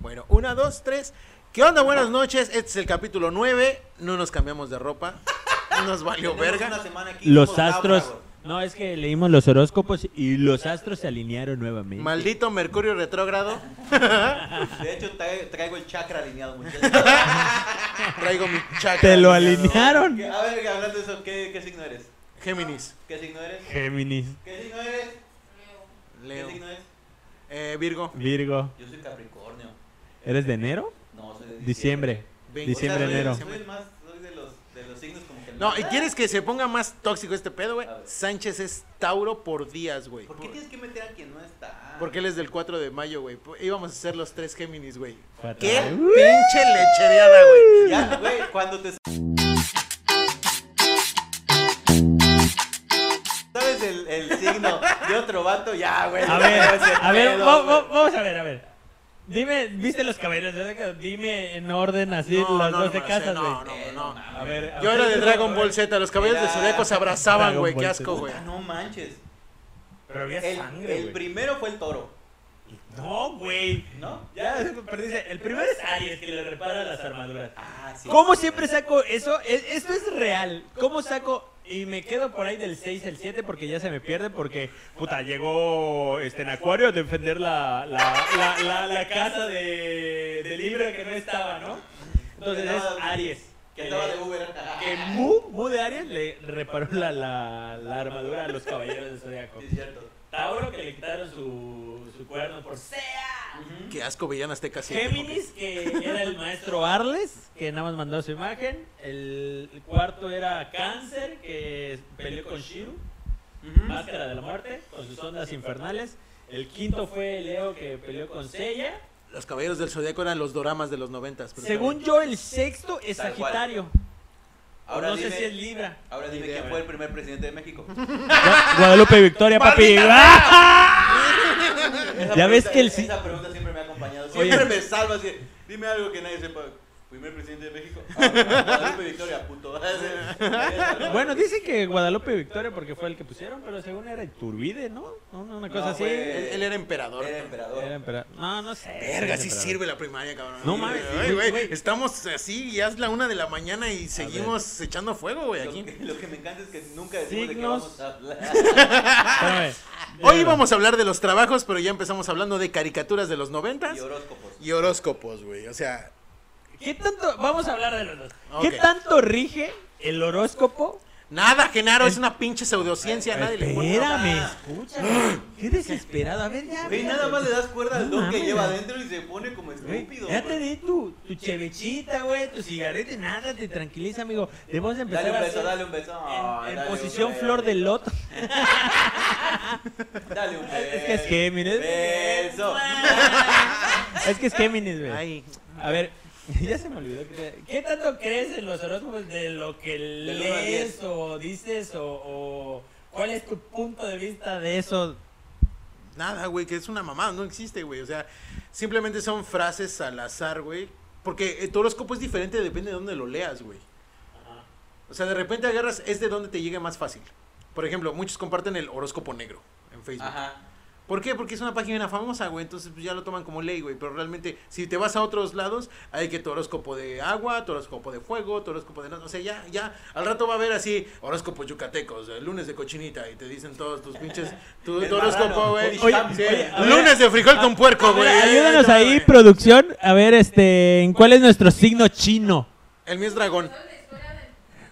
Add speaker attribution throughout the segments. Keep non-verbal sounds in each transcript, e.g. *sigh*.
Speaker 1: Bueno, una, dos, tres. ¿Qué onda? Buenas noches. Este es el capítulo 9. No nos cambiamos de ropa. Nos
Speaker 2: *laughs*
Speaker 1: valió
Speaker 2: Tenemos
Speaker 1: verga.
Speaker 2: una semana aquí,
Speaker 3: Los
Speaker 2: somos Laura,
Speaker 3: astros.
Speaker 2: güey.
Speaker 3: No, es que leímos los horóscopos y los astros se alinearon nuevamente.
Speaker 1: Maldito Mercurio retrógrado.
Speaker 2: De hecho, tra- traigo el chakra alineado, muchachos.
Speaker 3: *laughs*
Speaker 1: Traigo mi chakra.
Speaker 3: Te lo
Speaker 1: alineado.
Speaker 3: alinearon.
Speaker 2: ¿Qué- A ver, hablando de eso, ¿qué, qué signo eres?
Speaker 1: Géminis.
Speaker 2: ¿Qué signo eres?
Speaker 3: Géminis,
Speaker 2: ¿Qué signo eres? ¿Qué
Speaker 1: Leo.
Speaker 2: signo eres?
Speaker 1: Eh, Virgo.
Speaker 3: Virgo.
Speaker 2: Yo soy Capricornio.
Speaker 3: ¿Eres de enero?
Speaker 2: No, soy de
Speaker 3: Diciembre.
Speaker 1: Veinte.
Speaker 3: Diciembre,
Speaker 2: soy-
Speaker 3: enero.
Speaker 2: Soy, más, soy de los, de los signos como que... "Ah,
Speaker 1: No, ¿y quieres que se ponga más tóxico este pedo, güey?
Speaker 2: A ver.
Speaker 1: Sánchez es Tauro por días, güey.
Speaker 2: ¿Por qué tienes que meter a quien no está?
Speaker 1: Porque él es del 4 de mayo, güey. P- Íbamos a ser los tres Géminis, güey.
Speaker 3: Fatal.
Speaker 1: ¡Qué pinche lechereada, güey!
Speaker 2: Ya, güey, cuando te... ¿Sabes el, el signo de otro vato? Ya, güey.
Speaker 1: *laughs*
Speaker 3: A ver,
Speaker 2: ese
Speaker 3: a ver,
Speaker 2: pedo,
Speaker 3: va-
Speaker 2: güey.
Speaker 3: va- vamos a ver, a ver. Dime, ¿viste los caballeros? ¿verdad? Dime en orden así
Speaker 1: No,
Speaker 3: las
Speaker 1: no,
Speaker 3: dos de
Speaker 1: no me la sé,
Speaker 3: casas,
Speaker 1: no, no,
Speaker 3: güey.
Speaker 1: no, no.
Speaker 3: A ver, a
Speaker 1: Yo era de
Speaker 3: ustedes-
Speaker 1: Dragon Ball Z, los caballeros de
Speaker 2: Era-
Speaker 1: Zodíaco se abrazaban,
Speaker 3: Dragon
Speaker 1: güey, qué
Speaker 3: Ball
Speaker 1: asco,
Speaker 3: Z.
Speaker 1: güey.
Speaker 2: Ah, No manches.
Speaker 3: Pero había
Speaker 2: El,
Speaker 3: sangre,
Speaker 2: el
Speaker 3: güey.
Speaker 2: primero fue el toro,
Speaker 3: No, güey.
Speaker 2: ¿no?
Speaker 3: Ya, *laughs* perdiste. El primero es Aries, que le repara las armaduras.
Speaker 2: Ah, sí.
Speaker 3: ¿Cómo siempre saco eso? E- Esto es real. ¿Cómo saco? Y me quedo por ahí del 6 al 7 porque ya se me pierde porque, puta, llegó este, en Acuario a defender la, la, la, la, la casa de, de Libra que no estaba, ¿no? Entonces es Aries.
Speaker 2: Que
Speaker 3: Que,
Speaker 2: estaba
Speaker 3: le-
Speaker 1: *laughs*
Speaker 2: de Uber. Ah,
Speaker 3: que Mu, Mu de Aries le reparó la, la, la armadura a los caballeros de Zodiaco.
Speaker 2: Sí, es cierto.
Speaker 3: Tauro que le quitaron su, su cuerno por sea.
Speaker 2: Ujú.
Speaker 1: Qué asco veían Azteca siete,
Speaker 3: Géminis, que era el maestro Arles, que nada más mandó su imagen. El el cuarto era Cáncer, que peleó con Shiru,
Speaker 2: Ujú.
Speaker 3: Máscara de la Muerte, con sus ondas infernales. El quinto fue Leo, que peleó con Sella.
Speaker 1: porque Los caballeros del Zodíaco eran los doramas de los noventas. pero-
Speaker 3: Según yo, el sexto es
Speaker 2: Tal cual.
Speaker 3: Sagitario.
Speaker 2: Ahora
Speaker 3: no
Speaker 2: dime,
Speaker 3: sé si es Libra.
Speaker 2: ahora dime
Speaker 1: Idea,
Speaker 2: quién
Speaker 1: a
Speaker 2: fue
Speaker 1: ver.
Speaker 2: el primer presidente de
Speaker 3: *laughs*
Speaker 2: México.
Speaker 3: Guadalupe Victoria, papi. ¡Ah!
Speaker 2: Esa
Speaker 3: Ya ves que el sí-
Speaker 2: Esa pregunta siempre me ha acompañado.
Speaker 3: Oye.
Speaker 2: Siempre me salva así. Dime algo que nadie sepa. Primer presidente de México. Ah, Guadalupe Victoria, puto. *laughs*
Speaker 3: Bueno, dicen que Guadalupe Victoria porque fue el que pusieron, pero según era Iturbide, ¿no? No, no, Una cosa
Speaker 2: No,
Speaker 3: así.
Speaker 1: Él,
Speaker 2: fue-
Speaker 1: él era emperador.
Speaker 2: Era emperador.
Speaker 3: Era empera- No, no sé.
Speaker 1: Verga, sí
Speaker 3: eh, Emperador.
Speaker 1: sirve la primaria, cabrón.
Speaker 3: No mames, sí,
Speaker 1: Ay, güey,
Speaker 3: güey.
Speaker 1: Estamos así y es la una de la mañana y seguimos echando fuego, güey,
Speaker 2: Lo
Speaker 1: aquí.
Speaker 2: que, lo que me encanta es que nunca decimos de qué
Speaker 3: Signos.
Speaker 2: vamos a hablar. *laughs*
Speaker 3: Espérame.
Speaker 1: Hoy vamos a hablar de los trabajos, pero ya empezamos hablando de caricaturas de los noventas
Speaker 2: Y
Speaker 3: *laughs*
Speaker 2: horóscopos.
Speaker 1: y horóscopos, güey. O sea,
Speaker 3: ¿Qué tanto? Vamos a hablar de los dos.
Speaker 1: Ok.
Speaker 3: ¿Qué tanto rige el horóscopo?
Speaker 1: nada, Genaro,
Speaker 3: Eh,
Speaker 1: es una pinche pseudociencia, nadie le importa.
Speaker 3: Espérame, escúchame. Qué desesperado. A ver, ya.
Speaker 2: Güey,
Speaker 3: ya.
Speaker 2: nada más le das cuerda al
Speaker 3: No
Speaker 2: don que
Speaker 3: mames,
Speaker 2: lleva
Speaker 3: güey.
Speaker 2: adentro y se pone como
Speaker 3: Güey,
Speaker 2: estúpido.
Speaker 3: ya te
Speaker 2: güey.
Speaker 3: di tu, tu chevechita, güey, tu cigarete, nada, te tranquiliza, amigo. Debemos empezar
Speaker 2: Dale un
Speaker 3: a
Speaker 2: beso,
Speaker 3: hacer
Speaker 2: dale un beso. Ay,
Speaker 3: en, en
Speaker 2: dale un
Speaker 3: posición
Speaker 2: beso.
Speaker 3: flor de loto. *laughs*
Speaker 2: Dale un beso.
Speaker 3: Es que es Géminis.
Speaker 2: Beso.
Speaker 3: *laughs* Es que es Géminis, güey.
Speaker 1: Ay,
Speaker 3: A ver, *laughs* ya se me olvidó. que te- ¿Qué tanto crees en los horóscopos de lo que
Speaker 2: uno al
Speaker 3: lees
Speaker 2: diez.
Speaker 3: o dices o, o cuál es tu punto de vista de eso?
Speaker 1: Nada, güey, que es una mamada, no existe, güey. O sea, simplemente son frases al azar, güey. Porque eh, tu horóscopo es diferente, depende de dónde lo leas, güey. O sea, de repente agarras, es de donde te llegue más fácil. Por ejemplo, muchos comparten el horóscopo negro en Facebook.
Speaker 2: Ajá.
Speaker 1: ¿Por qué? Porque es una página famosa, güey. Entonces pues, ya lo toman como ley, güey. Pero realmente, si te vas a otros lados, hay que tu horóscopo de agua, tu horóscopo de fuego, tu horóscopo de... no- O sea, ya, ya. Al rato va a haber así, horóscopos yucatecos, el lunes de cochinita. Y te dicen todos tus pinches...
Speaker 3: *laughs*
Speaker 1: Tu,
Speaker 2: El
Speaker 1: tu horóscopo,
Speaker 2: marrano.
Speaker 1: güey.
Speaker 2: Oye,
Speaker 1: Sí,
Speaker 3: oye, a ver.
Speaker 1: lunes de frijol con puerco, güey.
Speaker 3: Ayúdanos
Speaker 1: No,
Speaker 3: ahí,
Speaker 1: güey.
Speaker 3: producción, a ver, este, ¿en cuál es nuestro signo chino?
Speaker 1: El mío es dragón.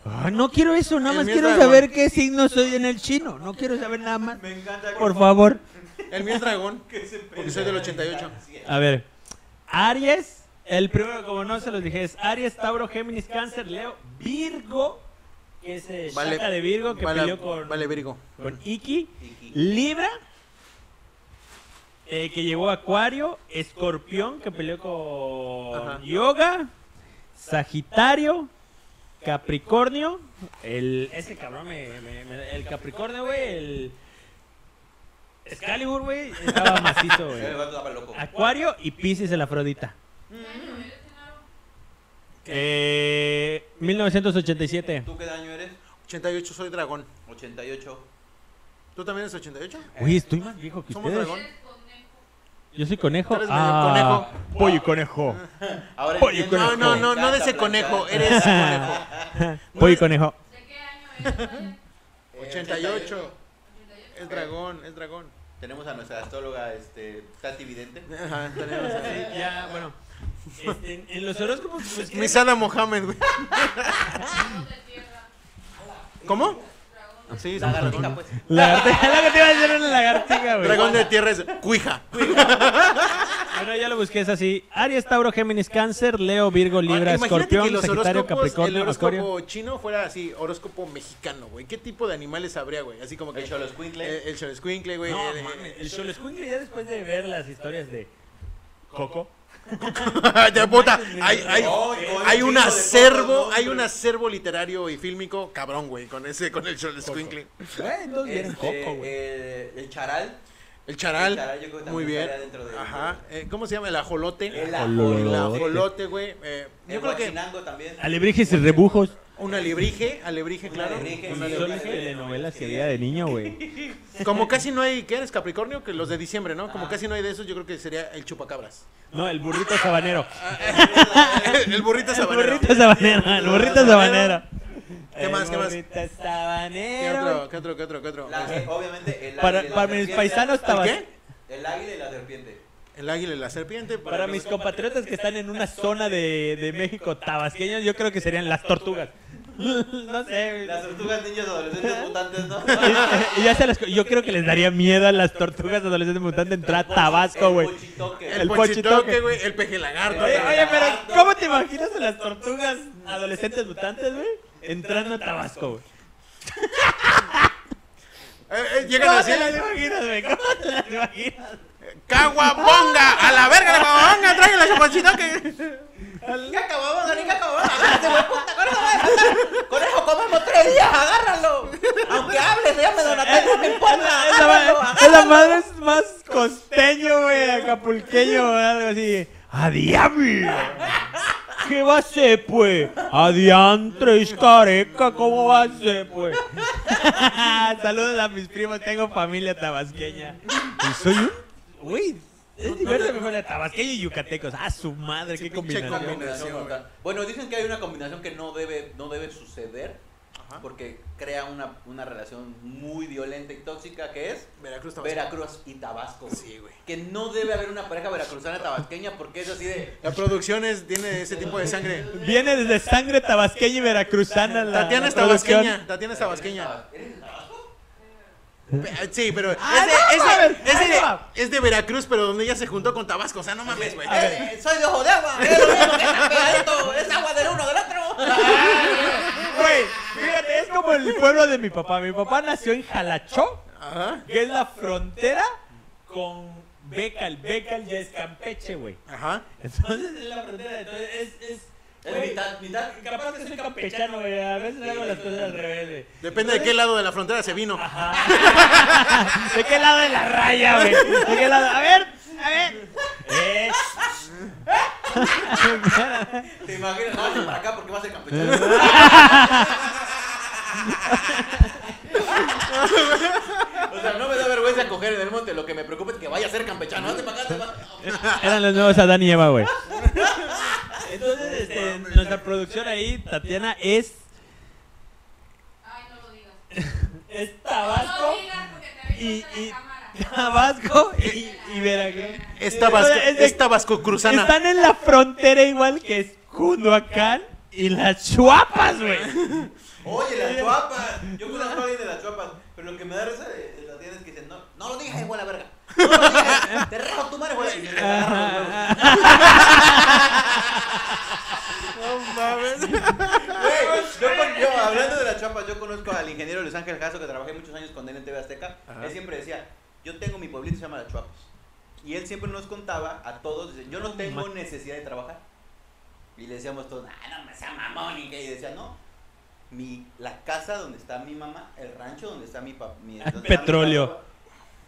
Speaker 3: Ah, no quiero eso, nada
Speaker 1: El
Speaker 3: más
Speaker 1: mío
Speaker 3: quiero
Speaker 1: está de
Speaker 3: saber qué signo soy en el chino. No quiero saber nada más.
Speaker 2: Me encanta que-
Speaker 3: Por favor.
Speaker 1: El mío es dragón.
Speaker 2: que ese
Speaker 1: Porque soy del 88.
Speaker 3: A ver, Aries, el primero, como no se los dije, es Aries, Tauro, Géminis, Cáncer, Leo, Virgo, que es eh,
Speaker 1: Vale-
Speaker 3: Shaka de Virgo, que
Speaker 1: Vale,
Speaker 3: peleó con,
Speaker 1: vale, Virgo.
Speaker 3: con Iki,
Speaker 2: Iki.
Speaker 3: Libra, eh, que llegó a Acuario, Escorpión, que peleó con
Speaker 1: Ajá.
Speaker 3: Yoga, Sagitario, Capricornio, el, ese cabrón, me- me- me- el Capricornio, güey, el Excalibur, güey, estaba macizo, güey.
Speaker 2: El vato estaba loco.
Speaker 3: Acuario y Pisces el Afrodita. Eh, 1987.
Speaker 2: ¿Tú qué año eres?
Speaker 1: 88 soy dragón.
Speaker 2: 88.
Speaker 1: ¿Tú también eres 88?
Speaker 3: Uy, estoy más viejo que
Speaker 1: Somos
Speaker 3: ustedes.
Speaker 1: dragón.
Speaker 3: Yo soy conejo.
Speaker 1: Tú eres medio
Speaker 3: Ah, pollo y conejo.
Speaker 2: Ahora
Speaker 3: Pollo
Speaker 2: entiendo-
Speaker 1: No,
Speaker 3: conejo.
Speaker 1: no, no, no de ese
Speaker 2: Planta,
Speaker 1: conejo,
Speaker 2: planta.
Speaker 3: *laughs*
Speaker 1: eres conejo.
Speaker 3: Pollo y conejo.
Speaker 4: ¿De qué año
Speaker 3: *laughs*
Speaker 4: es? Brian?
Speaker 2: Eh,
Speaker 1: 88. Es
Speaker 2: Ok.
Speaker 1: dragón, es dragón.
Speaker 2: Tenemos a nuestra astróloga, este, Tati
Speaker 3: *laughs*
Speaker 2: Vidente.
Speaker 1: Ajá, *laughs* tenemos así.
Speaker 3: Ya, bueno. Este, en, en los horóscopos, pues, ¿qué?
Speaker 1: Misada Mohamed, güey.
Speaker 4: Dragón de tierra.
Speaker 1: ¿Cómo?
Speaker 4: Dragón
Speaker 1: Ah, Sí,
Speaker 2: La
Speaker 1: somos
Speaker 2: garrotija,
Speaker 1: dragón.
Speaker 2: pues.
Speaker 3: Lagartija, *laughs* lo que te iba a decir era una lagartija, güey.
Speaker 1: Dragón de tierra es cuija.
Speaker 3: Bueno, ya lo busqué, es así. Aries, Tauro, Géminis, Cáncer, Leo, Virgo, Libra,
Speaker 1: Ahora, Ah, imagínate que
Speaker 3: Escorpión,
Speaker 1: los
Speaker 3: Sagitario,
Speaker 1: horóscopos, El
Speaker 3: Capricornio,
Speaker 1: horóscopo
Speaker 3: Acuario.
Speaker 1: chino fuera así, horóscopo mexicano, güey. ¿Qué tipo de animales habría, güey? Así como que.
Speaker 2: El Xoloscuincle.
Speaker 1: eh, El Cholescuincle, güey.
Speaker 3: No,
Speaker 1: el-
Speaker 3: mames, el Xoloscuincle ya después de ver las historias de Coco.
Speaker 1: *laughs* Ya, puta, Hay, hay,
Speaker 2: Hoy- hoy
Speaker 1: hay
Speaker 2: un
Speaker 1: un
Speaker 2: chingo de cosas,
Speaker 1: acervo,
Speaker 2: ¿no?
Speaker 1: hay un acervo literario y fílmico cabrón, güey, con ese, con el Cholescuincle.
Speaker 3: Güey, todos vieron
Speaker 2: Este,
Speaker 3: Coco, güey.
Speaker 2: eh, El charal.
Speaker 1: El charal.
Speaker 2: El charal yo creo que
Speaker 1: muy
Speaker 2: también
Speaker 1: bien.
Speaker 2: estaría dentro de-
Speaker 1: Ajá. eh, ¿Cómo se llama? El ajolote.
Speaker 2: El
Speaker 1: El
Speaker 3: ajolote.
Speaker 1: ajolote, güey. eh, yo creo que
Speaker 2: Huachinango también.
Speaker 3: Alebrijes y rebujos.
Speaker 1: un alebrije, alebrije,
Speaker 2: Un
Speaker 1: claro.
Speaker 2: alebrije,
Speaker 1: un
Speaker 2: sí.
Speaker 3: Son
Speaker 1: alebrije.
Speaker 3: las telenovelas que veía de niño, güey.
Speaker 1: Como casi no hay, ¿qué eres? Capricornio, que los de diciembre, ¿no? Como
Speaker 2: Ajá.
Speaker 1: casi no hay de esos, yo creo que sería el
Speaker 2: *laughs*
Speaker 1: chupacabras.
Speaker 3: No, el burrito sabanero.
Speaker 2: Ah, eh,
Speaker 1: *laughs* el burrito
Speaker 3: El
Speaker 1: sabanero.
Speaker 3: burrito sabanero, el burrito sabanero.
Speaker 1: ¿Qué más, qué más?
Speaker 3: El burrito
Speaker 1: ¿Qué
Speaker 3: sabanero.
Speaker 1: otro, qué otro, qué otro, qué otro?
Speaker 2: La- eh, obviamente, el
Speaker 3: Para,
Speaker 2: águila y la
Speaker 3: para mis
Speaker 2: serpiente.
Speaker 3: paisanos
Speaker 1: ¿El
Speaker 3: tabas-
Speaker 1: qué?
Speaker 2: El águila y la serpiente.
Speaker 1: El águila y la serpiente.
Speaker 3: Para mis compatriotas que están en una zona de, de México tabasqueños, yo creo que serían las tortugas. *laughs* No sé.
Speaker 2: Las tortugas niños adolescentes mutantes, ¿no?
Speaker 3: güey. Ya se las- yo creo que les daría miedo a las tortugas adolescentes mutantes entrar a *laughs* Tabasco, güey.
Speaker 2: El pochitoque.
Speaker 1: El,
Speaker 3: el
Speaker 1: pochitoque,
Speaker 3: pochitoque.
Speaker 1: güey. El peje lagarto.
Speaker 3: Oye, oye, pero ¿cómo te imaginas a las tortugas adolescentes mutantes, güey? Entrando a Tabasco, güey.
Speaker 1: Eh, eh, llegan
Speaker 3: ¿Cómo
Speaker 1: así.
Speaker 3: te las imaginas, güey? ¿Cómo te las imaginas?
Speaker 1: ¡Caguabonga! ¡A la verga la caguabonga! ¡Tráigala el pochitoque!
Speaker 2: ¿Qué acabamos, Dani? ¿Qué acabamos? Agárrate, güey, puta, conejo, güey. Conejo, comemos tres días, agárralo. Aunque hables, llame Donatello, no me importa.
Speaker 3: Es la, es la madre es más costeño, güey, acapulqueño o algo así. ¡A diablo! ¿Qué va a ser, pues? ¡Adiantre, careca! ¿Cómo va a ser, pues? *laughs* Saludos a mis primos, tengo familia tabasqueña. ¿Y soy un? Uy, es diverso mi familia tabasqueña y yucatecos. ¡Ah, su madre! ¡Qué
Speaker 1: pinche
Speaker 3: combinación!
Speaker 2: Combinación mortal. Bueno, dicen que hay una combinación que no debe, no debe suceder porque crea una, una relación muy violenta y tóxica que es
Speaker 1: Veracruz Tabasco.
Speaker 2: Veracruz y Tabasco. güey.
Speaker 1: Sí, güey.
Speaker 2: Que no debe haber una pareja veracruzana tabasqueña porque es así de...
Speaker 1: La producción es, tiene ese tipo de sangre.
Speaker 2: *laughs*
Speaker 3: Viene desde sangre tabasqueña y veracruzana la
Speaker 1: Tatiana es
Speaker 3: la producción.
Speaker 1: tabasqueña. Tatiana es tabasqueña.
Speaker 2: ¿Eres de Tabasco?
Speaker 1: Pe- Sí, pero es
Speaker 3: Ah,
Speaker 1: de,
Speaker 3: no
Speaker 1: es, de-
Speaker 3: mames,
Speaker 1: es de-
Speaker 3: ahí va.
Speaker 1: es de Veracruz, pero donde ella se juntó con Tabasco. O sea, no mames, güey.
Speaker 3: A ver.
Speaker 2: Eh, soy de ojo de agua. Es lo mismo que está pegadito. Es agua del uno del otro.
Speaker 3: Güey, fíjate, es como el pueblo de mi papá. Mi papá nació en Jalachó,
Speaker 1: Ajá.
Speaker 3: que es la frontera con Becal. Becal ya es Campeche, güey.
Speaker 1: Ajá.
Speaker 3: Entonces es la frontera, entonces es... es
Speaker 2: Es
Speaker 3: güey,
Speaker 2: mitad, mitad.
Speaker 3: Capaz que soy campechano, güey. A veces hago las cosas al revés, güey.
Speaker 1: Depende de qué lado de la frontera se vino.
Speaker 3: Ajá. ¿De qué lado de la raya, güey? ¿De qué lado? A ver, a ver. Eh,
Speaker 2: Te imaginas, no, hazte para acá porque vas a ser campechano. O sea, no me da vergüenza coger en el monte. Lo que me preocupa es que vaya a ser campechano. Hazte para acá, hazte para acá.
Speaker 3: Eran los nuevos Adán y Eva, güey. Entonces, este, nuestra producción ahí, Tatiana, es,
Speaker 4: Ay, no lo digas.
Speaker 3: es
Speaker 4: No
Speaker 3: Tabasco
Speaker 4: lo digas porque te
Speaker 3: y,
Speaker 4: avientas
Speaker 3: y
Speaker 4: la cámara.
Speaker 3: Tabasco y, y Veracruz.
Speaker 1: Es Tabasco,
Speaker 3: Es de-
Speaker 1: es Tabasco Cruzana.
Speaker 3: Están en la frontera igual que es Cunduacán y las Chuapas,
Speaker 1: *laughs*
Speaker 3: güey.
Speaker 2: Oye, las chuapas. Yo conozco a alguien de las chuapas. Pero lo que me da risa de, de las tiendas es que dicen, no, no lo digas, igual a verga. No lo digas. Te rajo tu madre, güey. Y le agarran los huevos.
Speaker 1: No mames.
Speaker 2: *laughs* Güey, yo, con-
Speaker 3: *laughs*
Speaker 2: yo, hablando de las chapas, yo conozco al ingeniero Luis Ángel Jasso, que trabajé muchos años con él en TV Azteca. Él siempre decía, yo tengo mi pueblito, se llama Las Chuapas. Y él siempre nos contaba a todos, dice, yo no tengo necesidad de trabajar. Y le decíamos todos, ah, no me sea mamón. Y, qué", y decía, no, mi, la casa donde está mi mamá, el rancho donde está mi papá.
Speaker 3: Ah, Petróleo.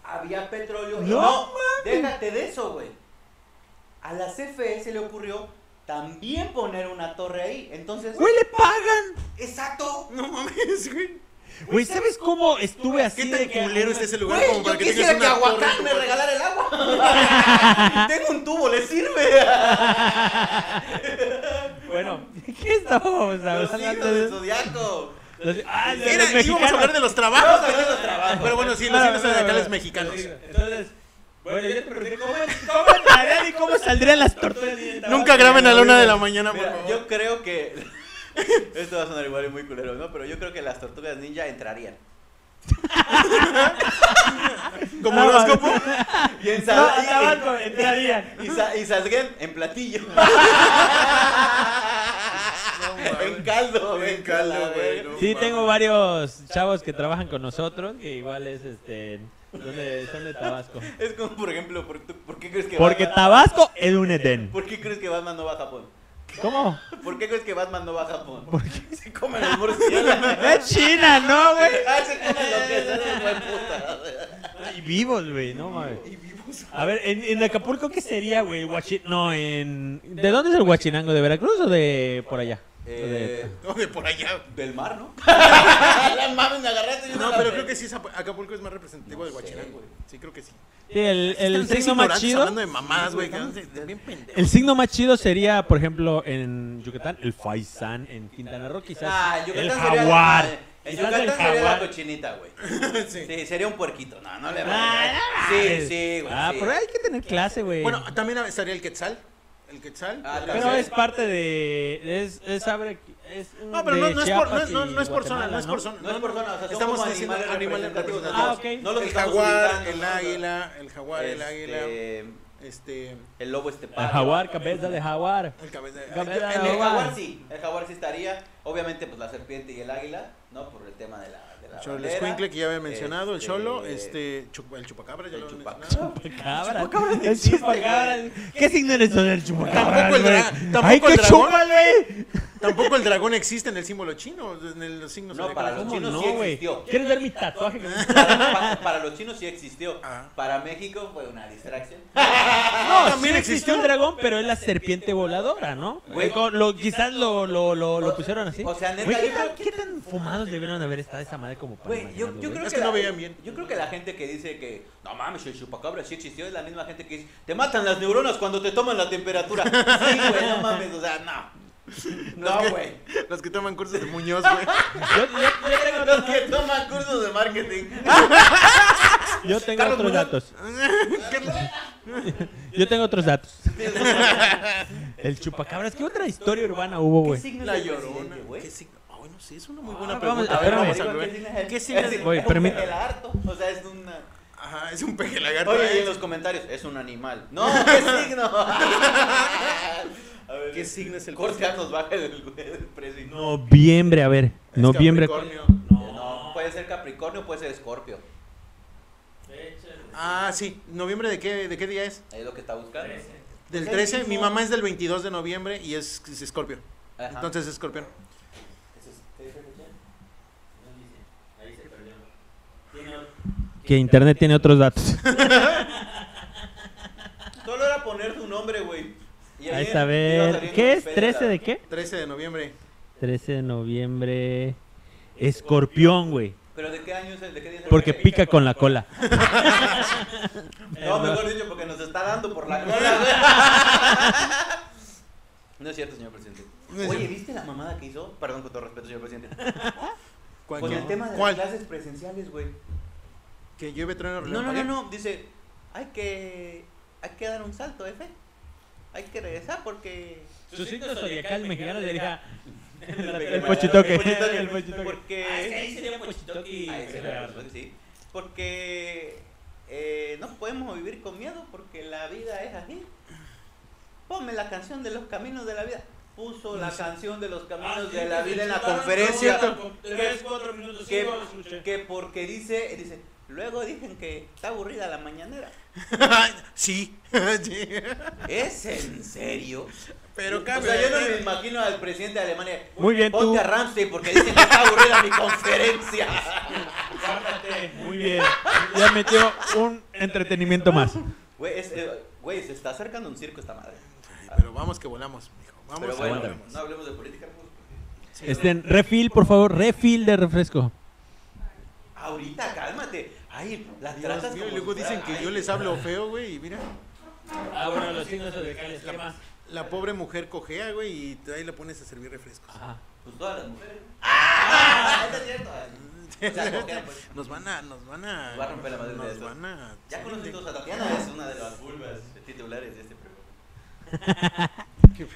Speaker 2: había petróleo. No,
Speaker 3: No
Speaker 2: no déjate de eso, güey. A la CFE se le ocurrió también poner una torre ahí. Entonces,
Speaker 3: Güey, le pagan.
Speaker 2: Exacto.
Speaker 1: No mames, güey.
Speaker 3: Güey, ¿sabes cómo estuve
Speaker 1: ¿Qué
Speaker 3: así
Speaker 1: tan
Speaker 3: de que-
Speaker 1: culero está ese lugar
Speaker 2: Güey,
Speaker 1: como para
Speaker 2: yo
Speaker 1: que
Speaker 2: quisiera
Speaker 1: tengas
Speaker 2: que
Speaker 1: una torre en
Speaker 2: Aguacán
Speaker 1: tu
Speaker 2: me
Speaker 1: cuarto?
Speaker 2: regalara el
Speaker 3: *laughs*
Speaker 2: agua. Tengo un tubo, ¿le sirve?
Speaker 3: Bueno, *laughs* ¿qué estábamos
Speaker 2: Los
Speaker 3: hablando?
Speaker 2: signos del zodiaco.
Speaker 3: Los- ah, de los
Speaker 1: Era, íbamos a hablar de los
Speaker 2: Vamos a
Speaker 1: trabajos.
Speaker 2: hablar de los trabajos.
Speaker 1: Pero bueno, sí, los
Speaker 3: Espera,
Speaker 1: signos
Speaker 3: espera,
Speaker 1: zodiacales
Speaker 3: espera.
Speaker 1: mexicanos.
Speaker 3: Entonces, bueno, yo te pregunté cómo, cómo entrarían y cómo saldrían las tortugas. ninja?
Speaker 1: Nunca graben a la una de la mañana, por
Speaker 2: Mira,
Speaker 1: favor.
Speaker 2: yo creo que. *laughs* Esto va a sonar igual y muy culero, ¿no? Pero yo creo que las tortugas ninja entrarían. *laughs*
Speaker 1: Como horóscopo. *laughs*
Speaker 2: Y en
Speaker 3: No,
Speaker 2: sal- y-
Speaker 3: Tabasco, entrarían.
Speaker 2: y, sa- y Salguén en *laughs* platillo. en caldo, güey.
Speaker 1: En caldo, güey, no.
Speaker 3: Sí, tengo varios chavos que trabajan con nosotros, que igual es este. Son de, son de Tabasco.
Speaker 2: Es como, por ejemplo, ¿por, tú- por qué crees que
Speaker 3: Porque
Speaker 2: Batman,
Speaker 3: Tabasco es un Edén.
Speaker 2: ¿Por qué crees que Batman no va a Japón?
Speaker 3: ¿Cómo?
Speaker 2: ¿Por qué crees que Batman no va a Japón? Porque *laughs* se come los murciélagos.
Speaker 3: Es China, ¿no, güey?
Speaker 2: Ah, se come lo que sea, ese güey, puta.
Speaker 3: Y vivos, güey, no mames. A ver, en, en Acapulco, ¿qué sería, güey? Huachi- No, en. ¿De dónde es el Huachinango? ¿De Veracruz o de por allá? O de-
Speaker 2: Eh,
Speaker 1: No, de por allá.
Speaker 2: del mar, ¿no? *laughs* la mames, me agarraste. yo
Speaker 1: No,
Speaker 2: la
Speaker 1: pero
Speaker 2: pe-
Speaker 1: creo que sí, es Apu- Acapulco es más representativo del Huachilán. Sí, creo que sí.
Speaker 3: Sí, el, el
Speaker 1: Están tres
Speaker 3: signo más
Speaker 1: ignorantes
Speaker 3: chido.
Speaker 1: Hablando de mamás, güey. que están Bien pendejos.
Speaker 3: El signo más chido sería, por ejemplo, en Yucatán, el Faisán, en Quintana Roo quizás.
Speaker 2: Ah, Yucatán
Speaker 3: el
Speaker 2: sería la
Speaker 3: jaguar.
Speaker 2: madre. En
Speaker 3: Quizás
Speaker 2: Yucatán
Speaker 3: el
Speaker 2: sería la
Speaker 3: jaguar.
Speaker 2: cochinita, güey.
Speaker 1: *laughs* Sí.
Speaker 2: Sí, sería un puerquito. No, no le va.
Speaker 3: Ah,
Speaker 2: Sí, sí, güey.
Speaker 3: Ah,
Speaker 2: sí.
Speaker 3: pero hay que tener clase, güey.
Speaker 1: Bueno, también estaría el Quetzal. El Quetzal.
Speaker 2: Ah,
Speaker 1: podría
Speaker 3: pero
Speaker 1: ser.
Speaker 3: es parte de. Es, es, abre- es
Speaker 1: No, pero no,
Speaker 3: de
Speaker 1: no es por, no,
Speaker 3: Chiapas
Speaker 1: no, no es por
Speaker 3: y Guatemala,
Speaker 1: zona, no es por zona.
Speaker 2: No es por zona, o sea, son
Speaker 1: estamos
Speaker 2: como
Speaker 1: diciendo
Speaker 2: animales
Speaker 1: animales representativos.
Speaker 2: representativos.
Speaker 3: Ah, ok.
Speaker 2: No los
Speaker 1: el
Speaker 2: estamos
Speaker 1: jaguar,
Speaker 2: ubicando,
Speaker 1: el
Speaker 2: ¿no?
Speaker 1: águila, el jaguar, el
Speaker 2: Este,
Speaker 1: águila, este,
Speaker 2: El lobo
Speaker 3: El
Speaker 2: estepario.
Speaker 3: jaguar, Ah, cabeza de jaguar.
Speaker 1: el cabeza.
Speaker 3: Cabeza
Speaker 2: En
Speaker 3: de
Speaker 2: el jaguar
Speaker 3: jaguar.
Speaker 2: sí, el jaguar sí estaría. Obviamente, pues la serpiente y el águila, ¿no? Por el tema de la. De la
Speaker 1: Cholo, el
Speaker 2: bandera.
Speaker 1: escuincle que ya había mencionado, el
Speaker 2: Este,
Speaker 1: cholo, este, chup- el chupacabra ya
Speaker 2: el
Speaker 1: lo había
Speaker 2: chupacabra.
Speaker 1: mencionado.
Speaker 3: Chupacabra.
Speaker 2: chupacabra no
Speaker 3: El
Speaker 2: existe,
Speaker 3: chupacabra. ¿Qué signo eres tú del chupacabra?
Speaker 1: Tampoco el
Speaker 3: güey?
Speaker 1: dra- tampoco
Speaker 3: Ay,
Speaker 1: el
Speaker 3: qué
Speaker 1: dragón.
Speaker 3: chupa, güey.
Speaker 1: Tampoco el dragón existe en el símbolo chino, en el los signos
Speaker 2: No,
Speaker 1: zodiacales.
Speaker 2: para los
Speaker 3: ¿Cómo
Speaker 2: chinos
Speaker 3: no,
Speaker 2: sí
Speaker 3: güey?
Speaker 2: existió.
Speaker 3: ¿Quieres ver mi tatuaje?
Speaker 2: Para, pa- para los chinos sí existió.
Speaker 1: Ah.
Speaker 2: Para México fue una distracción.
Speaker 3: No,
Speaker 1: ¿También
Speaker 3: también
Speaker 1: existió?
Speaker 3: existió el dragón, pero es la serpiente voladora, ¿no?
Speaker 2: Güey.
Speaker 3: Eh, con- lo, quizás lo, lo, lo, lo pusieron así.
Speaker 2: O sea, neta,
Speaker 3: Güey, ¿qué,
Speaker 2: yo
Speaker 3: tan,
Speaker 2: creo que-
Speaker 3: qué tan fumados debieron de haber estado esa madre como para
Speaker 2: Güey, yo, yo
Speaker 3: imaginarlo, pues güey?
Speaker 2: creo
Speaker 1: Es que no
Speaker 2: la-
Speaker 1: veían bien.
Speaker 2: Yo creo que la gente que dice que no mames, el chupacabra sí existió es la misma gente que dice te matan las neuronas cuando te toman la *laughs* temperatura. Sí, güey, no mames, o sea, no. No, *laughs* güey.
Speaker 1: Los que toman cursos de Muñoz, güey.
Speaker 2: *laughs*
Speaker 3: Yo- yo- yo tengo-
Speaker 2: Los que toman cursos de marketing.
Speaker 3: Yo tengo
Speaker 2: Carlos Muñoz.
Speaker 3: otros datos. Yo tengo otros datos. *laughs* El chupacabras, ¿qué otra historia urbana hubo,
Speaker 2: ¿Qué
Speaker 3: güey?
Speaker 2: signo
Speaker 1: La
Speaker 2: es el
Speaker 1: llorona.
Speaker 2: presidente, güey?
Speaker 1: ¿Qué signo? Ah, bueno, sí, es una muy buena
Speaker 3: Ah, vamos,
Speaker 1: pregunta.
Speaker 3: espérame.
Speaker 1: a
Speaker 2: Digo,
Speaker 1: ver.
Speaker 2: ¿qué signo es el-
Speaker 1: ¿Qué signo
Speaker 2: es
Speaker 1: es?
Speaker 2: el-
Speaker 3: Güey,
Speaker 2: es un
Speaker 3: permítame.
Speaker 2: pejel harto, O sea, es una.
Speaker 1: Ajá, es un peje lagarto.
Speaker 2: Oye, y
Speaker 1: eh.
Speaker 2: en los comentarios, es un animal. No,
Speaker 1: *laughs*
Speaker 2: ¿qué signo? *laughs* A ver,
Speaker 1: ¿Qué signo es el
Speaker 2: Corte ya nos baja el, *laughs* el precio.
Speaker 3: Noviembre, a ver.
Speaker 1: Es
Speaker 3: Noviembre.
Speaker 1: Capricornio.
Speaker 2: No, puede ser Capricornio, puede ser Escorpio.
Speaker 1: Ah, sí. ¿Noviembre de qué, de qué día es?
Speaker 2: Es lo que está buscando.
Speaker 1: Del
Speaker 2: Es el
Speaker 1: 13.
Speaker 2: mismo.
Speaker 1: Mi mamá es del 22 de noviembre y es es escorpio.
Speaker 2: Ajá.
Speaker 1: Entonces es escorpión.
Speaker 3: Que internet tiene otros *laughs* datos.
Speaker 2: Solo era poner tu nombre, güey. Y
Speaker 3: Ahí
Speaker 2: ahí
Speaker 3: está, a
Speaker 2: iba
Speaker 3: ver.
Speaker 2: saliendo
Speaker 3: ¿Qué es?
Speaker 2: Wikipedia,
Speaker 3: ¿13 de
Speaker 2: la-
Speaker 3: qué?
Speaker 1: 13 de noviembre.
Speaker 3: 13 de noviembre. Escorpión, güey.
Speaker 2: ¿Pero de qué año es el? ¿De qué día es el-
Speaker 3: Porque pica con la cola.
Speaker 2: No, mejor dicho, porque nos está dando por
Speaker 3: *laughs*
Speaker 2: la cola, güey. No es cierto, señor presidente.
Speaker 1: No es
Speaker 2: Oye,
Speaker 1: cierto.
Speaker 2: ¿viste la mamada que hizo? Perdón, con todo respeto, señor presidente.
Speaker 1: ¿Cuál?
Speaker 2: Con
Speaker 1: ¿Qué?
Speaker 2: el tema de
Speaker 1: ¿Cuál?
Speaker 2: las clases presenciales, güey.
Speaker 1: Que llueve, trueno,
Speaker 2: No, no, no,
Speaker 1: relampaguea.
Speaker 2: no. Dice, hay que, hay que dar un salto, F. Hay que regresar porque...
Speaker 3: Su signo zodiacal mexicano le dirija.
Speaker 2: El
Speaker 3: pochitoque.
Speaker 2: El pues,
Speaker 3: El pochitoque.
Speaker 2: Porque...
Speaker 3: ahí sería pochitoqui.
Speaker 2: Ahí se ve, sí. Porque eh, no podemos vivir con miedo porque la vida es así. Ponme la canción de los caminos de la vida. Puso la canción de los caminos de la vida en la conferencia. Que, que- que porque dice, dice, luego dicen que está aburrida la mañanera.
Speaker 1: *laughs* sí. Sí.
Speaker 2: ¿Es en serio?
Speaker 1: Pero
Speaker 2: O
Speaker 1: cambia.
Speaker 2: sea, yo no me imagino al presidente de Alemania.
Speaker 3: Muy bien, tú.
Speaker 2: Ponte a Ramsey porque dicen que está aburrida mi conferencia.
Speaker 1: *laughs*
Speaker 3: Muy bien. Ya metió un entretenimiento más.
Speaker 2: Güey, es- eh, güey, se está acercando un circo esta madre.
Speaker 1: Pero vamos que volamos, mijo. Vamos
Speaker 2: Pero
Speaker 1: que
Speaker 2: bueno,
Speaker 1: volamos.
Speaker 2: pues. no hablemos de política.
Speaker 3: Este, refill, por favor. Refill de refresco.
Speaker 2: ahorita, cálmate. Ay, las
Speaker 1: Dios
Speaker 2: tratas
Speaker 1: mío,
Speaker 2: como
Speaker 1: y luego
Speaker 2: si fuera-
Speaker 1: dicen que
Speaker 2: ay,
Speaker 1: yo les hablo feo, güey, y mira,
Speaker 3: Ah, bueno, los signos zodiacales, ¿qué más?
Speaker 1: la pobre mujer cojea, güey, y tú ahí la pones a servir refrescos.
Speaker 3: Ajá.
Speaker 2: Pues todas
Speaker 1: *laughs*
Speaker 2: las mujeres. ¡Ah! No es cierto. O sea, cojean, pues.
Speaker 1: Nos van a, nos van a...
Speaker 2: Nos va a romper la madre de
Speaker 1: Nos
Speaker 2: esto.
Speaker 1: van a...
Speaker 2: Ya conocen todos a Tatiana, es una de las vulvas titulares de este programa.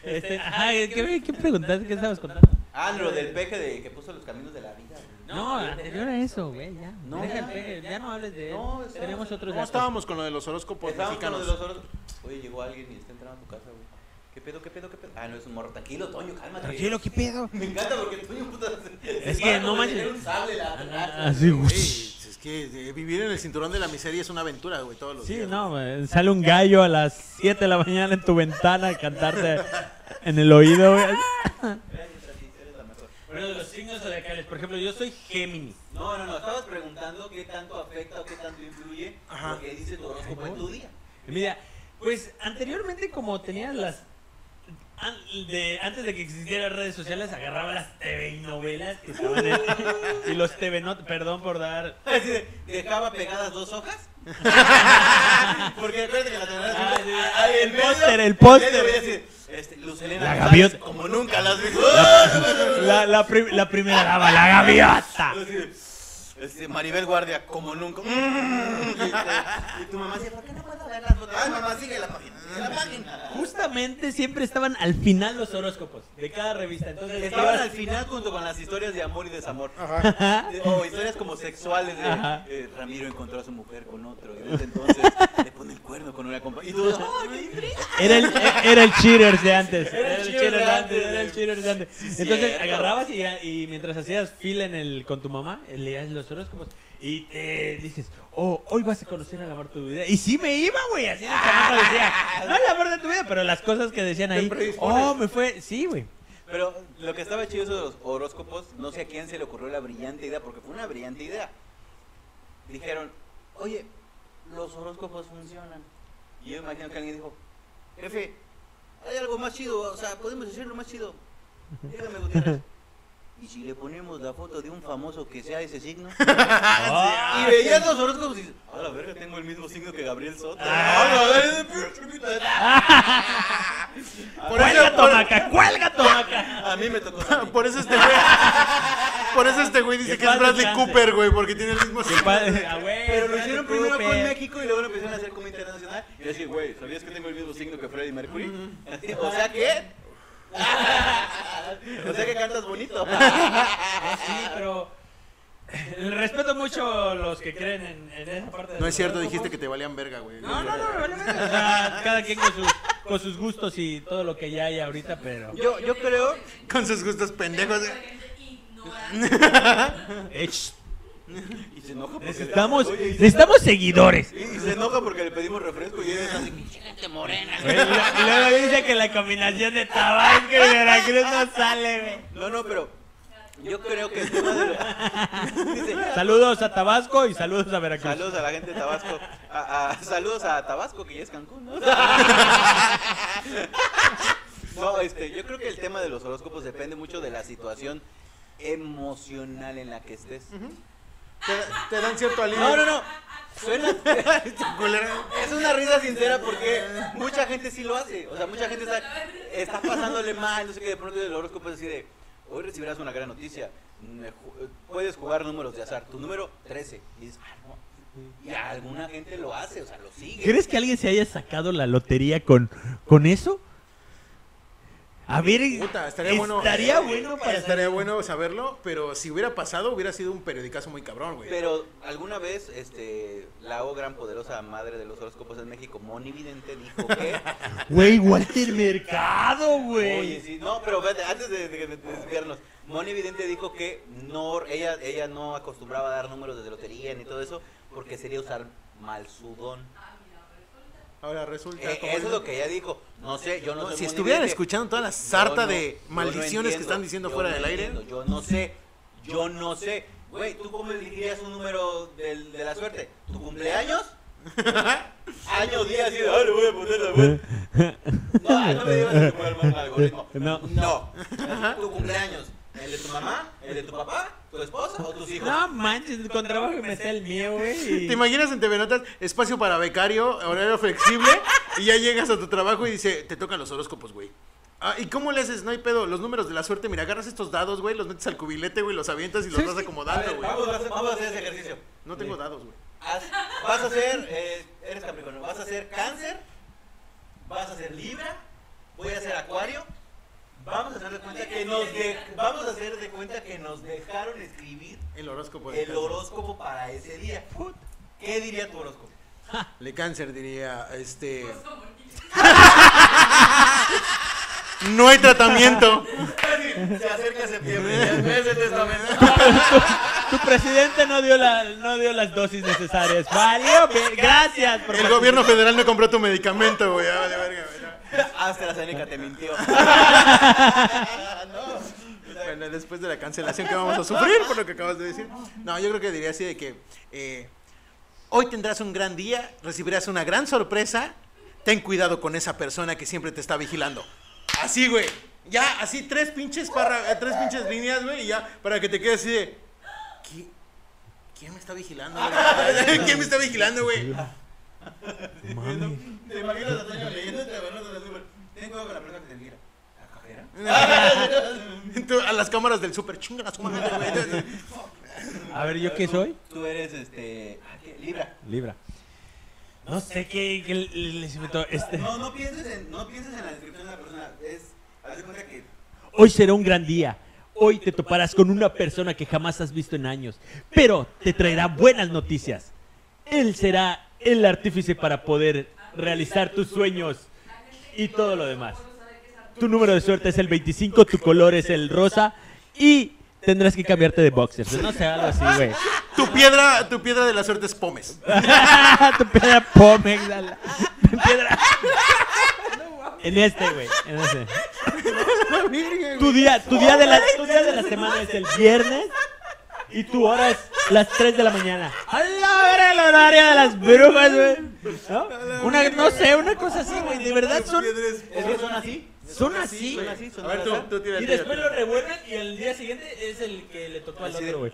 Speaker 3: Este, ajá, ¿qué, qué preguntaste? ¿Qué estabas contando?
Speaker 2: Ah, lo del peje de que puso los caminos de la vida. güey.
Speaker 3: No, anterior a eso, güey, ya.
Speaker 2: No,
Speaker 3: Deja el
Speaker 2: ya.
Speaker 3: peje, ya no hables de él.
Speaker 2: No, estábamos-
Speaker 3: Tenemos otros
Speaker 1: ¿Cómo
Speaker 3: datos.
Speaker 1: estábamos con lo de los horóscopos
Speaker 3: Pues
Speaker 2: Estábamos con lo
Speaker 1: mexicanos?
Speaker 2: de los oros. Oye, llegó alguien y está entrando a tu casa, güey. ¿Qué pedo, qué pedo, qué pedo? Ah, no, es un morro. Tranquilo, Toño, cálmate.
Speaker 3: Tranquilo, ¿qué pedo?
Speaker 2: Me encanta porque Toño, puta.
Speaker 3: Es que no manches.
Speaker 2: Era un sable la la-
Speaker 3: Así,
Speaker 1: Güey, es que eh, vivir en el cinturón de la miseria es una aventura, güey, todos los
Speaker 3: Sí,
Speaker 1: días.
Speaker 3: no, güey, sale un gallo a las 7 de la mañana en tu ventana a cantarte en el oído, güey.
Speaker 2: Gracias, Tati, eres la mejor.
Speaker 3: Bueno, los signos zodiacales, por ejemplo, yo soy Géminis.
Speaker 2: No, no, no, estabas preguntando qué tanto afecta o qué tanto influye
Speaker 1: Ajá.
Speaker 2: lo que dice tu horóscopo en tu
Speaker 3: *laughs*
Speaker 2: día.
Speaker 3: Mira, pues anteriormente como tenía las... an- de- antes de que existieran redes sociales, agarraba las TV novelas que estaban *laughs* en- y los TV not, perdón por dar...
Speaker 2: Así de, Dejaba pegadas dos
Speaker 3: *laughs*
Speaker 2: hojas. Porque acuérdate que la tenés
Speaker 3: Ah, sí.
Speaker 2: el
Speaker 3: El
Speaker 2: medio-
Speaker 3: póster,
Speaker 2: en
Speaker 3: el
Speaker 2: medio
Speaker 3: póster.
Speaker 2: voy a decir, este, Luz Helena
Speaker 3: La
Speaker 2: González,
Speaker 3: gaviota.
Speaker 2: Como nunca las
Speaker 3: *laughs*
Speaker 2: vi.
Speaker 3: La, la, prim- la primera daba la gaviota.
Speaker 2: Este, Maribel Guardia, como nunca. Mm. Y, este, y tu mamá dice, ¿por qué Ah, no puedo ver las fotos? Ay, mamá, sigue la página. sigue La página.
Speaker 3: Justamente siempre estaban al final los horóscopos de cada revista. Entonces
Speaker 2: Estaban al
Speaker 3: estabas...
Speaker 2: final junto con las historias de amor y desamor.
Speaker 1: Ajá.
Speaker 2: O historias como sexuales de
Speaker 3: Ajá.
Speaker 2: eh, Ramiro encontró a su mujer con otro y desde entonces le pone el cuerno con una compañera. Y tú, ¡ay, qué increíble!
Speaker 3: Era el, era el cheaters de antes.
Speaker 2: Era el cheaters de antes.
Speaker 3: Era el cheaters de antes. Entonces
Speaker 2: cierto.
Speaker 3: agarrabas y, y mientras hacías fila en el, con tu mamá, eh, leías los horóscopos y te dices, oh, hoy vas a conocer al amor de tu vida. Y sí me iba, güey, así de chamaco decía, no el amor de tu vida, pero las cosas que decían ahí,
Speaker 1: predispones.
Speaker 3: oh, me fue, sí, güey.
Speaker 2: Pero lo que estaba chido de los horóscopos, no sé a quién se le ocurrió la brillante idea, porque fue una brillante idea. Dijeron, oye, los horóscopos funcionan. Y yo imagino que alguien dijo, jefe, hay algo más chido, o sea, podemos hacerlo más chido. Dígame, Gutiérrez. Y si le ponemos la foto de un famoso que sea ese signo.
Speaker 3: Ah,
Speaker 2: Y veías los horóscopos y dices, a la verga, tengo el mismo signo que Gabriel Soto.
Speaker 3: Ah.
Speaker 2: A la verga.
Speaker 1: Por
Speaker 3: Cuelga
Speaker 1: eso,
Speaker 3: tomaca, cuelga tomaca.
Speaker 2: A mí me tocó.
Speaker 1: por, *laughs* por eso este güey... Por eso este güey dice
Speaker 3: Que
Speaker 1: que es
Speaker 3: paz
Speaker 1: Bradley
Speaker 3: descanse.
Speaker 1: Cooper, güey, porque tiene el mismo...
Speaker 3: *laughs* Ah, güey,
Speaker 2: Pero lo hicieron primero con
Speaker 3: Cooper.
Speaker 2: México y luego lo empezaron a hacer como internacional. Y así, güey, ¿sabías que tengo el mismo signo que Freddie Mercury? *laughs* o sea que. o sea que cantas bonito.
Speaker 3: Ah, Sí, pero respeto mucho los que creen en, en esa parte. de
Speaker 1: No
Speaker 3: los
Speaker 1: es cierto,
Speaker 3: horóscopos.
Speaker 1: dijiste que te valían verga, güey.
Speaker 3: No, no, no, me vale verga. O sea, cada quien con, sus- con sus gustos y todo lo que ya hay ahorita, pero...
Speaker 2: Yo, yo creo.
Speaker 1: Con sus gustos pendejos.
Speaker 4: de
Speaker 1: eh.
Speaker 4: gente
Speaker 3: *laughs*
Speaker 4: ignorante.
Speaker 3: Ech,
Speaker 2: Y se enoja porque.
Speaker 3: Eh, necesitamos,
Speaker 2: Oye, y,
Speaker 3: necesitamos seguidores.
Speaker 2: y se enoja porque le pedimos refresco y él es así.
Speaker 3: Güey, Y luego dice que la combinación de Tabasco y Veracruz no sale, güey.
Speaker 2: No, no, pero. Yo creo que el tema de.
Speaker 3: *laughs*
Speaker 2: *laughs* Dice,
Speaker 3: Saludos a Tabasco y saludos a Veracruz.
Speaker 2: Saludos a la gente de Tabasco. A- a- saludos a Tabasco, que ya es Cancún, ¿no? No, este, yo creo que el tema de los horóscopos depende mucho de la situación emocional en la que estés.
Speaker 1: *laughs* Te, te dan cierto alivio.
Speaker 2: No,
Speaker 1: *laughs*
Speaker 2: no, no. Suena.
Speaker 1: Culera.
Speaker 2: Es una risa sincera porque mucha gente sí lo hace. O sea, mucha gente está, está pasándole mal. No sé qué, de pronto el horóscopo es así de: Hoy recibirás una gran noticia. Me ju- Puedes jugar números de azar. Tu número 13. Y dices, ah, no. Y alguna gente lo hace, o sea, lo sigue.
Speaker 3: ¿Crees que alguien se haya sacado la lotería con, con eso? A ver,
Speaker 1: Puta, estaría
Speaker 3: estaría
Speaker 1: bueno. eh,
Speaker 3: bueno, para
Speaker 1: Estaría bueno saberlo, pero si hubiera pasado, hubiera sido un periodicazo muy cabrón, güey.
Speaker 2: Pero alguna vez, este, la O gran poderosa madre de los horóscopos en México, Moni Vidente, dijo *laughs* que.
Speaker 3: Güey, Walter Mercado,
Speaker 2: Oye,
Speaker 3: güey.
Speaker 2: sí, no, pero espérate, antes de, de- de desviarnos, Moni Vidente dijo que no, ella, ella no acostumbraba a dar números de lotería ni todo eso, porque sería usar mal sudón.
Speaker 1: Ahora resulta.
Speaker 2: Eh,
Speaker 1: como
Speaker 2: eso es
Speaker 1: dicen-
Speaker 2: lo que ella dijo. No sé, yo no
Speaker 1: No,
Speaker 2: sé.
Speaker 1: si estuvieran escuchando toda la sarta de maldiciones que están diciendo fuera del aire.
Speaker 2: Yo no sé, yo no sé. Güey, ¿tú cómo elegirías un número del- de, la suerte?
Speaker 1: *laughs*
Speaker 2: ¿Tu cumpleaños? Año, día, así de, ah, le voy a poner la vuelta. No, ah, no me digas que fue el algoritmo.
Speaker 3: No.
Speaker 2: No. Tu cumpleaños. ¿El de tu mamá? ¿El de tu papá? ¿Tu esposa o tus hijos?
Speaker 3: No manches, con trabajo que me está el mío, güey.
Speaker 1: *laughs*
Speaker 3: y-
Speaker 1: ¿Te imaginas en TV Notas espacio para becario, horario
Speaker 2: *laughs*
Speaker 1: flexible, y ya llegas a tu trabajo y dice, te tocan los horóscopos, güey? Ah, ¿Y cómo le haces? No hay pedo, los números de la suerte, mira, agarras estos dados, güey, los metes al cubilete, güey, los avientas y los
Speaker 3: Sí,
Speaker 1: vas
Speaker 3: sí.
Speaker 2: A
Speaker 1: acomodando,
Speaker 2: ver,
Speaker 1: güey.
Speaker 2: vamos, a hacer- vamos a hacer ese ejercicio.
Speaker 1: No tengo dados, güey.
Speaker 2: Haz- vas a ser, eh, eres Capricornio, vas a ser Cáncer, vas a ser Libra, voy a ser Acuario. Vamos a hacer de cuenta que nos de- vamos a hacer de cuenta que nos dejaron escribir
Speaker 1: El horóscopo de
Speaker 2: el
Speaker 1: cáncer.
Speaker 2: horóscopo para ese día. ¿Qué diría tu *laughs* horóscopo?
Speaker 1: Le cáncer diría, este,
Speaker 4: Por
Speaker 3: *laughs*
Speaker 4: favor.
Speaker 1: no hay
Speaker 2: *laughs*
Speaker 1: tratamiento.
Speaker 2: Se acerca septiembre, *laughs* ya ves el testamento.
Speaker 3: Tu presidente no dio, la, no dio las dosis necesarias. Valió,
Speaker 1: *laughs*
Speaker 3: ve- gracias. por
Speaker 1: El
Speaker 3: participar.
Speaker 1: gobierno federal no compró tu medicamento, güey. Ah, vale, verga, güey, ya.
Speaker 2: *laughs* AstraZeneca te *laughs* mintió.
Speaker 1: Bueno, después de la cancelación que vamos a sufrir por lo que acabas de decir. No, yo creo que diría así de que eh, hoy tendrás un gran día, recibirás una gran sorpresa. Ten cuidado con esa persona que siempre te está vigilando. Así, güey. Ya, así tres pinches parra- eh, tres pinches líneas, güey, y ya para que te quedes así de "¿Qui- ¿Quién me está vigilando? güey? ¿Quién me está vigilando, güey?
Speaker 2: Te imaginas a Toño leyendo este verano de la super. Ten cuidado con la persona que te mira. ¿La cajera?
Speaker 1: Tú, a las cámaras del super chingan a su madre, güey.
Speaker 3: A ver, ¿yo qué soy?
Speaker 2: Tú eres este. ah, ¿qué? Libra.
Speaker 3: Libra. No sé qué, qué les inventó este.
Speaker 2: No, no pienses en, no pienses en la descripción de la persona. Es. Haz de cuenta que.
Speaker 3: Hoy será un gran día. Hoy te toparás con una persona que jamás has visto en años, pero te traerá buenas noticias. Él será el artífice para poder realizar tus sueños y todo lo demás. Tu número de suerte es el 25, tu color es el rosa y tendrás que cambiarte de boxers. No sé, algo así, güey.
Speaker 1: Tu piedra, tu piedra de la suerte es pomes.
Speaker 3: *laughs* tu piedra Pomex. a la- Tu piedra. En este, güey. En este. Tu día, tu día, de la, tu día de la semana es el viernes y tu hora es las 3 de la mañana. A la hora el horario de las brujas, güey. ¿No? Una, no sé, una cosa así, güey. De verdad son,
Speaker 2: Es que son así.
Speaker 3: son así.
Speaker 2: Son así, son
Speaker 1: A ver, tú, tú tira,
Speaker 3: Y
Speaker 1: tira,
Speaker 3: después
Speaker 1: tira.
Speaker 3: lo revuelven y el día siguiente es el que le tocó al otro, güey.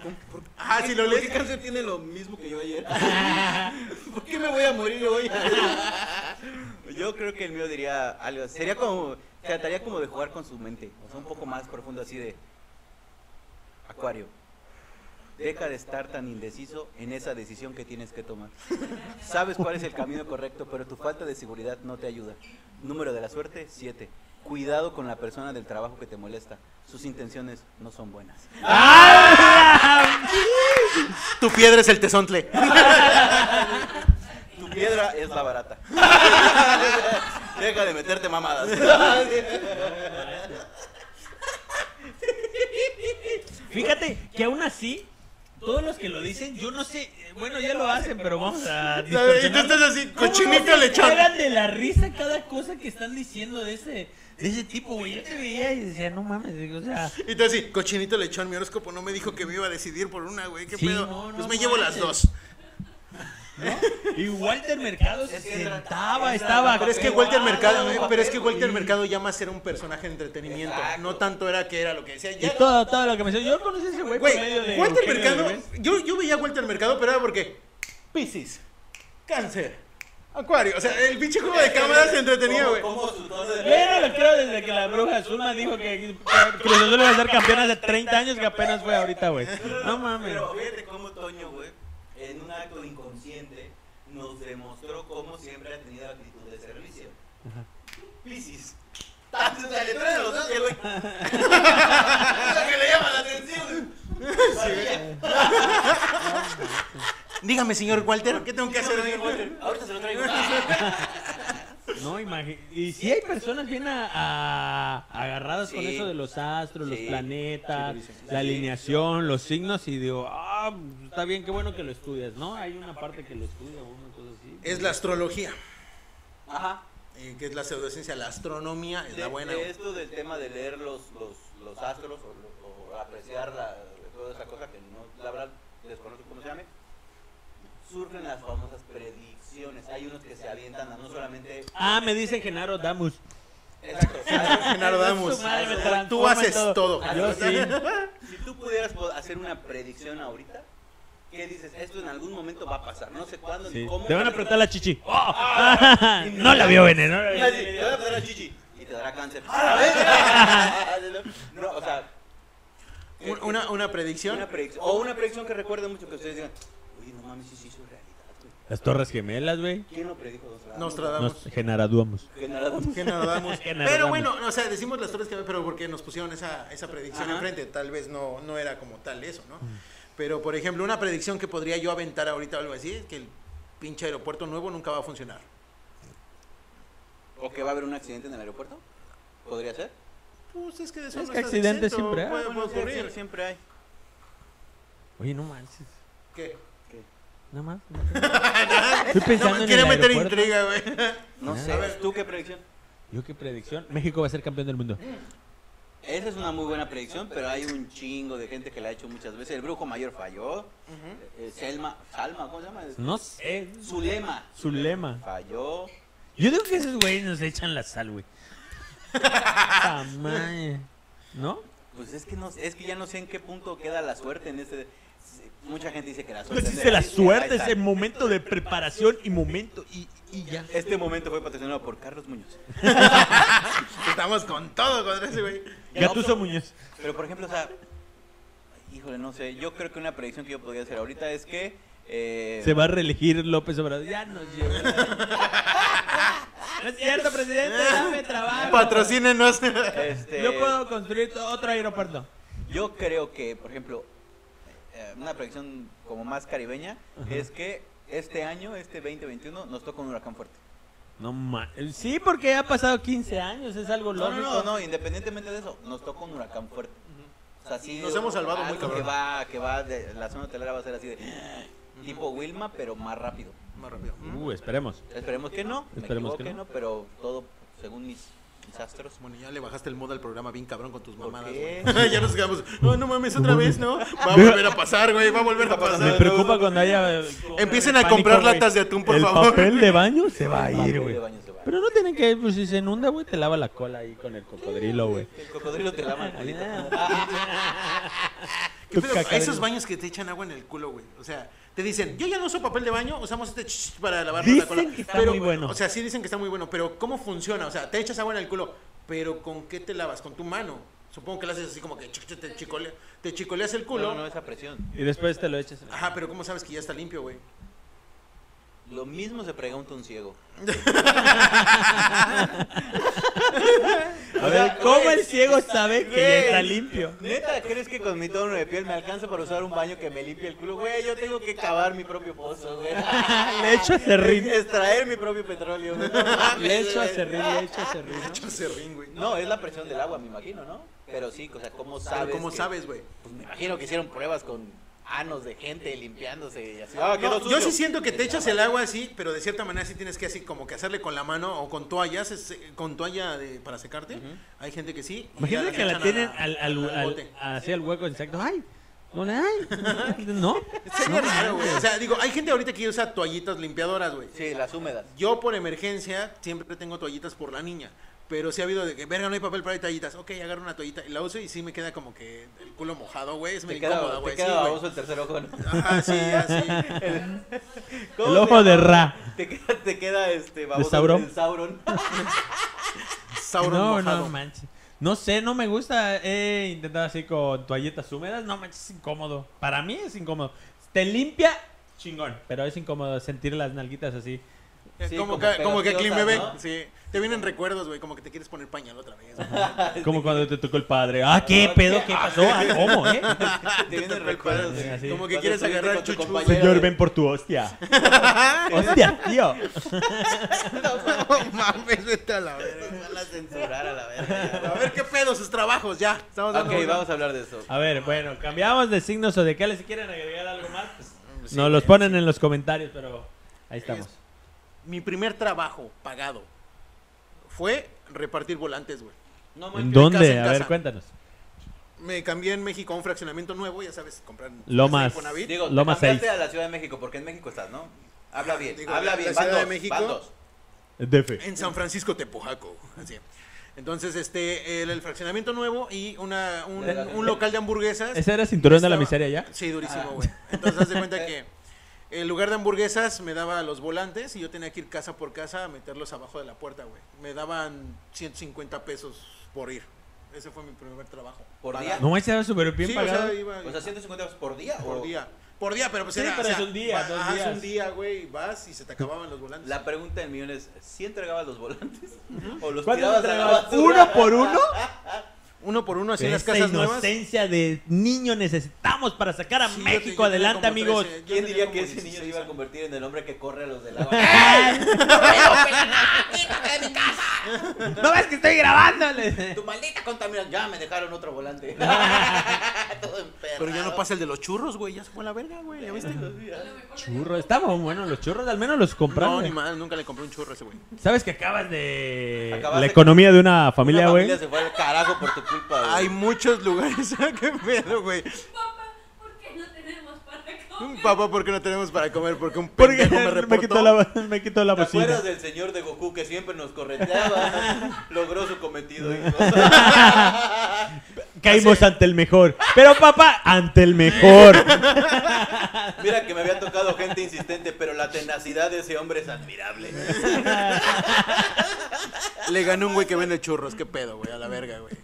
Speaker 1: Ah, sí, lo
Speaker 2: ¿Por
Speaker 1: leí.
Speaker 2: qué cáncer tiene lo mismo que yo *laughs* ayer? ¿Por qué me voy a morir hoy? yo creo que el mío diría algo. Sería como. Trataría como de jugar con su mente. O sea, un poco más profundo, así de. Acuario. Deja de estar tan indeciso en esa decisión que tienes que tomar. Sabes cuál es el camino correcto, pero tu falta de seguridad no te ayuda. Número de la suerte, 7. Cuidado con la persona del trabajo que te molesta. Sus intenciones no son buenas.
Speaker 1: *laughs* Tu piedra es el tesontle.
Speaker 2: Tu piedra es la barata. *laughs* Deja de
Speaker 1: *laughs*
Speaker 2: meterte mamadas.
Speaker 3: Fíjate que aún así, todos los que lo dicen, yo no sé, eh, bueno, ya lo hacen, pero vamos a...
Speaker 1: *laughs* Y tú estás *laughs*
Speaker 3: distorsionarlo.
Speaker 1: así,
Speaker 3: ¿Cómo no
Speaker 1: cochinito
Speaker 3: se
Speaker 1: lechón.
Speaker 3: cagan de la risa cada cosa que están diciendo de ese, de ese tipo, güey. Yo te veía y decía, no mames, digo, o sea...
Speaker 1: Y tú así, cochinito lechón, mi horóscopo no me dijo que me iba a decidir por una, güey. ¿Qué
Speaker 3: Sí,
Speaker 1: pedo?
Speaker 3: no, no
Speaker 1: pues me llevo las
Speaker 3: manches.
Speaker 1: dos.
Speaker 3: Y Walter Mercado se
Speaker 2: Es que era-
Speaker 3: sentaba,
Speaker 2: era-
Speaker 3: estaba...
Speaker 1: Pero es que
Speaker 2: Papel,
Speaker 1: Walter Mercado,
Speaker 2: ah,
Speaker 1: eh,
Speaker 2: papel,
Speaker 1: pero es que Walter
Speaker 3: sí.
Speaker 1: Mercado llama a ser un personaje de entretenimiento.
Speaker 2: Exacto.
Speaker 1: No tanto era que era lo que decía.
Speaker 3: Y
Speaker 1: Ya,
Speaker 3: todo, todo lo que me decía. Yo conocí a ese güey por
Speaker 1: güey,
Speaker 3: medio de...
Speaker 1: Walter
Speaker 3: Eugenio
Speaker 1: Mercado,
Speaker 3: Derbez.
Speaker 1: yo, yo veía a Walter Mercado, pero era porque Piscis, Cáncer, Acuario. O sea, el pinche
Speaker 2: *laughs*
Speaker 1: juego de cámaras se entretenía, güey.
Speaker 2: Como su tono de-
Speaker 3: Yo no lo creo desde que la bruja Zulma dijo que que Cruz Azul iba a ser campeona de 30 años que apenas fue ahorita, güey. No mames.
Speaker 2: Pero fíjate cómo Toño, güey, en un acto inconsciente, nos demostró cómo siempre ha tenido actitud de servicio. Piscis. Tanto la letra de los dos, güey. Lo que le llama la atención. Sabía.
Speaker 1: Dígame, señor Walter, ¿qué tengo que hacer?
Speaker 2: Ahorita se lo traigo.
Speaker 3: No, imagínate. Y si hay personas bien a- a- agarradas con
Speaker 2: Sí.
Speaker 3: eso de los astros, los
Speaker 2: Sí.
Speaker 3: planetas,
Speaker 1: Sí, lo
Speaker 3: la alineación, los signos, y digo, ah, está bien, qué bueno que lo estudias, ¿no? Hay una parte que lo estudia, una cosa así.
Speaker 1: Es la astrología.
Speaker 2: Ajá.
Speaker 1: eh, que es la pseudociencia, la astronomía es
Speaker 2: de,
Speaker 1: la buena.
Speaker 2: de
Speaker 1: güey.
Speaker 2: esto del tema de leer los, los, los astros o, o- o apreciar la, toda esa cosa que no, la verdad, desconozco cómo se llame, surgen las famosas predicciones. Hay unos que se avientan a no solamente...
Speaker 3: Ah, me dice Genaro Damus. *laughs*
Speaker 2: Exacto. *laughs*
Speaker 1: Genaro Damus.
Speaker 3: Su madre me
Speaker 1: Tú
Speaker 3: forma
Speaker 1: haces
Speaker 3: en
Speaker 1: todo.
Speaker 3: Yo sí.
Speaker 2: Si tú pudieras po- hacer una predicción ahorita, ¿qué dices? Esto en algún momento va a pasar. No sé cuándo
Speaker 3: Sí.
Speaker 2: ni cómo.
Speaker 3: Te van a
Speaker 2: pero-
Speaker 3: apretar la chichi. ¡Oh! *laughs* no la vio venir. No la
Speaker 2: Y
Speaker 3: vio
Speaker 2: así,
Speaker 3: venir.
Speaker 2: Te van a apretar la chichi y te dará cáncer. *laughs* ¡Ah, la verga! no, o sea,
Speaker 1: *laughs* Un- Una, una predicción.
Speaker 2: una predicción. O una predicción que recuerde mucho que ustedes digan, oye, no mames, sí se hizo realidad, güey.
Speaker 3: Las Torres Gemelas, güey.
Speaker 2: ¿Quién lo predijo? Nostradamus?
Speaker 1: Nostradamus. *laughs*
Speaker 3: Nos generaduamos.
Speaker 2: Nostradamus.
Speaker 1: Que nada
Speaker 3: *laughs*
Speaker 1: damos.
Speaker 3: Que nada
Speaker 1: Pero
Speaker 3: damos.
Speaker 1: bueno, o sea, decimos las torres que pero porque nos pusieron esa, esa predicción
Speaker 2: Ajá.
Speaker 1: enfrente, tal vez no, no era como tal eso, ¿no?
Speaker 3: Mm.
Speaker 1: Pero por ejemplo, una predicción que podría yo aventar ahorita o algo así es que el pinche aeropuerto nuevo nunca va a funcionar.
Speaker 2: ¿O que va a haber un accidente en el aeropuerto? ¿Podría ser?
Speaker 1: Pues es que de eso
Speaker 3: Es
Speaker 1: no
Speaker 3: que
Speaker 1: estás
Speaker 3: accidentes
Speaker 1: exento,
Speaker 3: siempre ¿eh? hay.
Speaker 1: puede,
Speaker 2: Bueno,
Speaker 1: puede
Speaker 2: sí,
Speaker 1: ocurrir.
Speaker 2: sí, Siempre hay.
Speaker 3: Oye, no manches.
Speaker 1: ¿Qué?
Speaker 3: Nada más.
Speaker 1: *laughs*
Speaker 3: Estoy
Speaker 1: No, me
Speaker 3: pensando en el
Speaker 1: quería meter
Speaker 3: aeropuerto.
Speaker 1: intriga, güey. *laughs*
Speaker 2: No
Speaker 3: Ah.
Speaker 2: sé. A ver, ¿tú qué predicción?
Speaker 3: Yo qué predicción. México va a ser campeón del mundo.
Speaker 2: Esa es una muy buena predicción, pero hay un chingo de gente que la ha hecho muchas veces. El brujo mayor falló. Eh, Selma, Salma, ¿cómo se llama?
Speaker 3: No sé.
Speaker 2: Zulema
Speaker 3: Su lema.
Speaker 2: falló.
Speaker 3: Yo digo que esos güeyes nos echan la sal, güey. Ah, mae. ¿No?
Speaker 2: Pues es que no, es que ya no sé en qué punto queda la suerte en este. Mucha gente dice que la suerte.
Speaker 3: Pues
Speaker 2: es este
Speaker 3: dice la suerte,
Speaker 2: Ahí
Speaker 3: es
Speaker 2: está.
Speaker 3: el momento de preparación y momento y, y ya.
Speaker 2: Este momento fue patrocinado por Carlos Muñoz.
Speaker 1: Estamos con todo contra ese güey.
Speaker 3: Gatuso Muñoz.
Speaker 2: Pero por ejemplo, o sea, híjole, no sé. Yo creo que una predicción que yo podría hacer ahorita es que eh,
Speaker 3: Se va a reelegir López Obrador. Ya nos llevó. ¿eh? No es cierto, presidente, dame trabajo.
Speaker 1: Patrocínenos.
Speaker 2: este,
Speaker 3: Yo puedo construir to- otro aeropuerto.
Speaker 2: Yo creo que, por ejemplo, eh, una predicción como más caribeña es que este año, este 2021, nos toca un huracán fuerte.
Speaker 3: No ma- Sí, porque ha pasado 15 años, es algo
Speaker 2: No, no,
Speaker 3: lógico.
Speaker 2: no, no, independientemente de eso, nos toca un huracán fuerte. O sea, sí,
Speaker 1: Nos hemos salvado muy
Speaker 2: algo que
Speaker 1: cabrón.
Speaker 2: va, que va de, la zona hotelera va a ser así de tipo Wilma, pero más rápido.
Speaker 1: Más rápido.
Speaker 3: Uh, esperemos.
Speaker 2: Esperemos que no, me
Speaker 3: Esperemos
Speaker 2: equivoque,
Speaker 3: que
Speaker 2: no.
Speaker 3: no.
Speaker 2: pero todo según mis mis astros.
Speaker 1: Bueno, ya le bajaste el modo al programa bien cabrón con tus
Speaker 2: ¿Por
Speaker 1: mamadas,
Speaker 2: qué?
Speaker 1: güey. *laughs* ya nos quedamos. "Oh, No, no mames, otra vez, ¿no? Va a volver a pasar, güey. Va a volver a
Speaker 3: Me
Speaker 1: pasar.
Speaker 3: preocupa cuando haya.
Speaker 1: Empiecen a comprar
Speaker 3: güey.
Speaker 1: latas de atún, por
Speaker 3: el
Speaker 1: favor. *laughs*
Speaker 3: papel de baño se va a
Speaker 2: El
Speaker 3: ir,
Speaker 2: papel
Speaker 3: güey.
Speaker 2: de baño se va.
Speaker 3: Pero no tienen que ir, pues si se inunda, güey, te lava la cola ahí con el cocodrilo, güey.
Speaker 2: El cocodrilo te lava el culito.
Speaker 1: Ah.
Speaker 2: Ah,
Speaker 1: ¿Qué
Speaker 3: Tu
Speaker 1: pedo?
Speaker 3: caca de-
Speaker 1: Esos baños que te echan agua en el culo, güey. O sea, te dicen, yo ya no uso papel de baño, usamos este ch- para lavar la
Speaker 3: Dicen
Speaker 1: cola.
Speaker 3: que está
Speaker 1: pero,
Speaker 3: muy bueno.
Speaker 1: O sea, sí dicen que está muy bueno, pero ¿cómo funciona? O sea, te echas agua en el culo, pero ¿con qué te lavas? Con tu mano. Supongo que lo haces así como que ch- ch- te, chicole- te chicoleas el culo.
Speaker 2: No, no, esa presión.
Speaker 3: Y después te lo echas. en-
Speaker 1: Ajá, pero ¿cómo sabes que ya está limpio, güey?
Speaker 2: Lo mismo se pregunta un ciego.
Speaker 3: A ver, ¿cómo el ciego sabe que ya está limpio?
Speaker 2: ¿Neta crees que con mi tono de piel me alcanza para usar un baño que me limpie el culo? Güey, yo tengo que cavar mi propio pozo, güey.
Speaker 3: *laughs* Le echo a serrín.
Speaker 2: Extraer mi propio petróleo, güey.
Speaker 3: *laughs* Le echo a serrín, le echo a serrín. ¿no?
Speaker 1: Serrín, güey.
Speaker 2: No, es la presión del agua, me imagino, ¿no? Pero sí, o sea, ¿cómo sabes?
Speaker 1: Pero ¿cómo
Speaker 2: que-
Speaker 1: sabes, güey?
Speaker 2: Pues me imagino que hicieron pruebas con anos de gente limpiándose y así. Ah,
Speaker 1: No, yo sí siento que te echas el agua así, pero de cierta manera sí tienes que así como que hacerle con la mano o con toallas, es- eh, con toalla de- para secarte. Hay gente que sí. y ya
Speaker 3: Imagínate
Speaker 1: las
Speaker 3: que la
Speaker 1: echan a-
Speaker 3: tienen al, al,
Speaker 1: al
Speaker 3: al-
Speaker 1: bote.
Speaker 3: así al hueco exacto. ¡Ay! No, le- ay, *laughs* no.
Speaker 1: Sería raro, güey. O sea, digo, hay gente ahorita que usa toallitas limpiadoras, güey.
Speaker 2: Sí, las húmedas.
Speaker 1: Yo por emergencia siempre tengo toallitas por la niña. Pero sí ha habido de que, verga, no hay papel para toallitas. Ok, agarro una toallita y la uso y sí me queda como que el culo mojado, güey. Es
Speaker 2: Te
Speaker 1: medio
Speaker 2: queda,
Speaker 1: incómoda,
Speaker 2: te
Speaker 1: güey. Sí,
Speaker 2: queda
Speaker 1: güey.
Speaker 2: baboso el tercer ojo, ¿no?
Speaker 1: Ajá, sí, así.
Speaker 3: *laughs*
Speaker 2: ¿Cómo
Speaker 3: El
Speaker 2: se
Speaker 3: ojo de
Speaker 2: llama?
Speaker 3: Ra.
Speaker 2: Te queda, te queda este baboso el
Speaker 3: Sauron?
Speaker 2: Sauron.
Speaker 1: Sauron
Speaker 3: no,
Speaker 1: mojado.
Speaker 3: no manches. No sé, no me gusta. He intentado así con toallitas húmedas. No manches, es incómodo. Para mí es incómodo. Te limpia, chingón. Pero es incómodo sentir las nalguitas así.
Speaker 1: Eh,
Speaker 2: Sí,
Speaker 1: como,
Speaker 2: como
Speaker 1: que, como que aquí me ven,
Speaker 2: pegaciosas, ¿no?
Speaker 1: sí. Te vienen recuerdos, güey, como que te quieres poner pañal otra vez. güey.
Speaker 3: Como cuando te tocó el padre. Ah, ¿qué
Speaker 2: Ah,
Speaker 3: pedo?
Speaker 2: ¿qué?
Speaker 3: ¿Qué pasó? Ah,
Speaker 1: *laughs*
Speaker 3: ¿Cómo, eh?
Speaker 2: *laughs* te vienen recuerdos. de-
Speaker 3: Así.
Speaker 1: Como que
Speaker 2: Cuando
Speaker 1: quieres
Speaker 2: estuviste
Speaker 1: agarrar
Speaker 2: con tu
Speaker 1: chuchu.
Speaker 2: compañero
Speaker 3: Señor,
Speaker 2: de- *laughs*
Speaker 3: ven por tu hostia.
Speaker 1: *laughs*
Speaker 3: hostia, tío.
Speaker 1: *laughs* No mames, vete a la verga.
Speaker 2: Van a censurar a la verga.
Speaker 1: A ver qué pedo sus trabajos, ya. Estamos dando
Speaker 2: Ok,
Speaker 1: una-
Speaker 2: vamos a hablar de eso.
Speaker 3: A ver, bueno, cambiamos de signos zodiacales. Si quieren agregar algo más, pues
Speaker 1: Sí,
Speaker 3: nos los
Speaker 1: eh,
Speaker 3: ponen en los comentarios, pero ahí estamos.
Speaker 1: Mi primer trabajo pagado fue repartir volantes, güey.
Speaker 2: No,
Speaker 3: ¿En
Speaker 2: manches.
Speaker 1: casa,
Speaker 3: dónde?
Speaker 1: en
Speaker 3: A ver,
Speaker 1: casa.
Speaker 3: cuéntanos.
Speaker 1: Me cambié en México a un fraccionamiento nuevo, ya sabes, comprar
Speaker 3: Lomas.
Speaker 1: Infonavit.
Speaker 2: Digo,
Speaker 3: Loma
Speaker 2: Loma cambiaste
Speaker 3: seis.
Speaker 2: a la Ciudad de México, porque en México estás, ¿no? Habla bien,
Speaker 1: Digo,
Speaker 2: habla
Speaker 1: la
Speaker 2: bien.
Speaker 1: Ciudad
Speaker 2: Van
Speaker 1: de
Speaker 2: dos,
Speaker 1: México.
Speaker 2: van dos.
Speaker 3: DF.
Speaker 1: En San Francisco Tepojaco, así. Entonces, este, el, el fraccionamiento nuevo y una, un,
Speaker 2: De la-
Speaker 1: un local de hamburguesas.
Speaker 3: ¿Ese era cinturón de la
Speaker 1: Estaba-
Speaker 3: miseria ya?
Speaker 1: Sí,
Speaker 2: Ah.
Speaker 1: durísimo, güey. Entonces, haz de cuenta que el lugar de hamburguesas me daba los volantes y yo tenía que ir casa por casa a meterlos abajo de la puerta, güey. Me daban 150 pesos por ir. Ese fue mi primer trabajo.
Speaker 2: ¿Por
Speaker 1: Pagado.
Speaker 2: día?
Speaker 3: No, ese era súper bien
Speaker 1: Sí, o
Speaker 3: pagado.
Speaker 1: sea, iba
Speaker 2: O sea, 150 pesos por día.
Speaker 1: por
Speaker 2: o-
Speaker 1: día. Por día, pero pues
Speaker 3: Sí,
Speaker 1: era,
Speaker 3: pero
Speaker 1: o sea,
Speaker 3: es un día,
Speaker 1: va-
Speaker 3: dos
Speaker 1: ajá, es
Speaker 3: días.
Speaker 1: un día, güey, y vas y se te acababan los volantes.
Speaker 2: La pregunta del millón es, ¿sí entregabas los volantes? ¿O los
Speaker 3: ¿Cuánto
Speaker 2: tirabas a la
Speaker 3: entregabas?
Speaker 2: basura?
Speaker 3: ¿Uno por uno?
Speaker 1: Uno por uno, así en las
Speaker 3: Esa
Speaker 1: casas nuevas.
Speaker 3: inocencia de niño necesitamos para sacar a
Speaker 1: Sí, yo te- yo
Speaker 3: México
Speaker 1: tenía
Speaker 3: adelante,
Speaker 1: como
Speaker 3: amigos.
Speaker 1: 13, yo
Speaker 2: ¿Quién
Speaker 1: tenía
Speaker 2: diría
Speaker 1: como
Speaker 2: que ese niño
Speaker 1: 16
Speaker 2: se iba a
Speaker 1: años.
Speaker 2: convertir en el hombre que corre a los de la banca?
Speaker 3: ¡No ves que estoy grabando! Le-
Speaker 2: ¡Tu maldita contaminación! Ya me dejaron otro volante. *laughs* Todo emperrado.
Speaker 1: *laughs* Pero ya no pasa el de los churros, güey, ya se fue a la verga, güey, ¿ya viste?
Speaker 3: Churros, estaban buenos los churros, al menos los compraron.
Speaker 1: No, ni mal, nunca le compré un churro a ese güey.
Speaker 3: ¿Sabes que acabas de...
Speaker 2: Acabas
Speaker 3: la
Speaker 2: de-
Speaker 3: economía de una
Speaker 2: Una
Speaker 3: familia, güey?
Speaker 2: familia se fue al carajo por tu culpa, güey.
Speaker 1: Hay muchos lugares, *laughs* qué pedo, güey.
Speaker 4: Papá, ¿por qué no tenemos para comer?
Speaker 1: Papá, ¿por qué no tenemos para comer? Porque un
Speaker 3: Porque
Speaker 1: pendejo me
Speaker 3: me
Speaker 1: reportó.
Speaker 3: quitó la, me quitó la
Speaker 2: ¿Te
Speaker 1: pues
Speaker 3: bocina.
Speaker 2: acuerdas del señor de Goku que siempre nos correteaba?
Speaker 1: *laughs*
Speaker 2: Logró su cometido, hijo.
Speaker 3: Caímos ante el mejor. Pero papá, ante el *laughs* mejor.
Speaker 2: Mira que me había tocado gente insistente, pero la tenacidad de ese hombre es admirable.
Speaker 1: Le ganó un güey que vende churros, qué pedo, güey, a la verga, güey.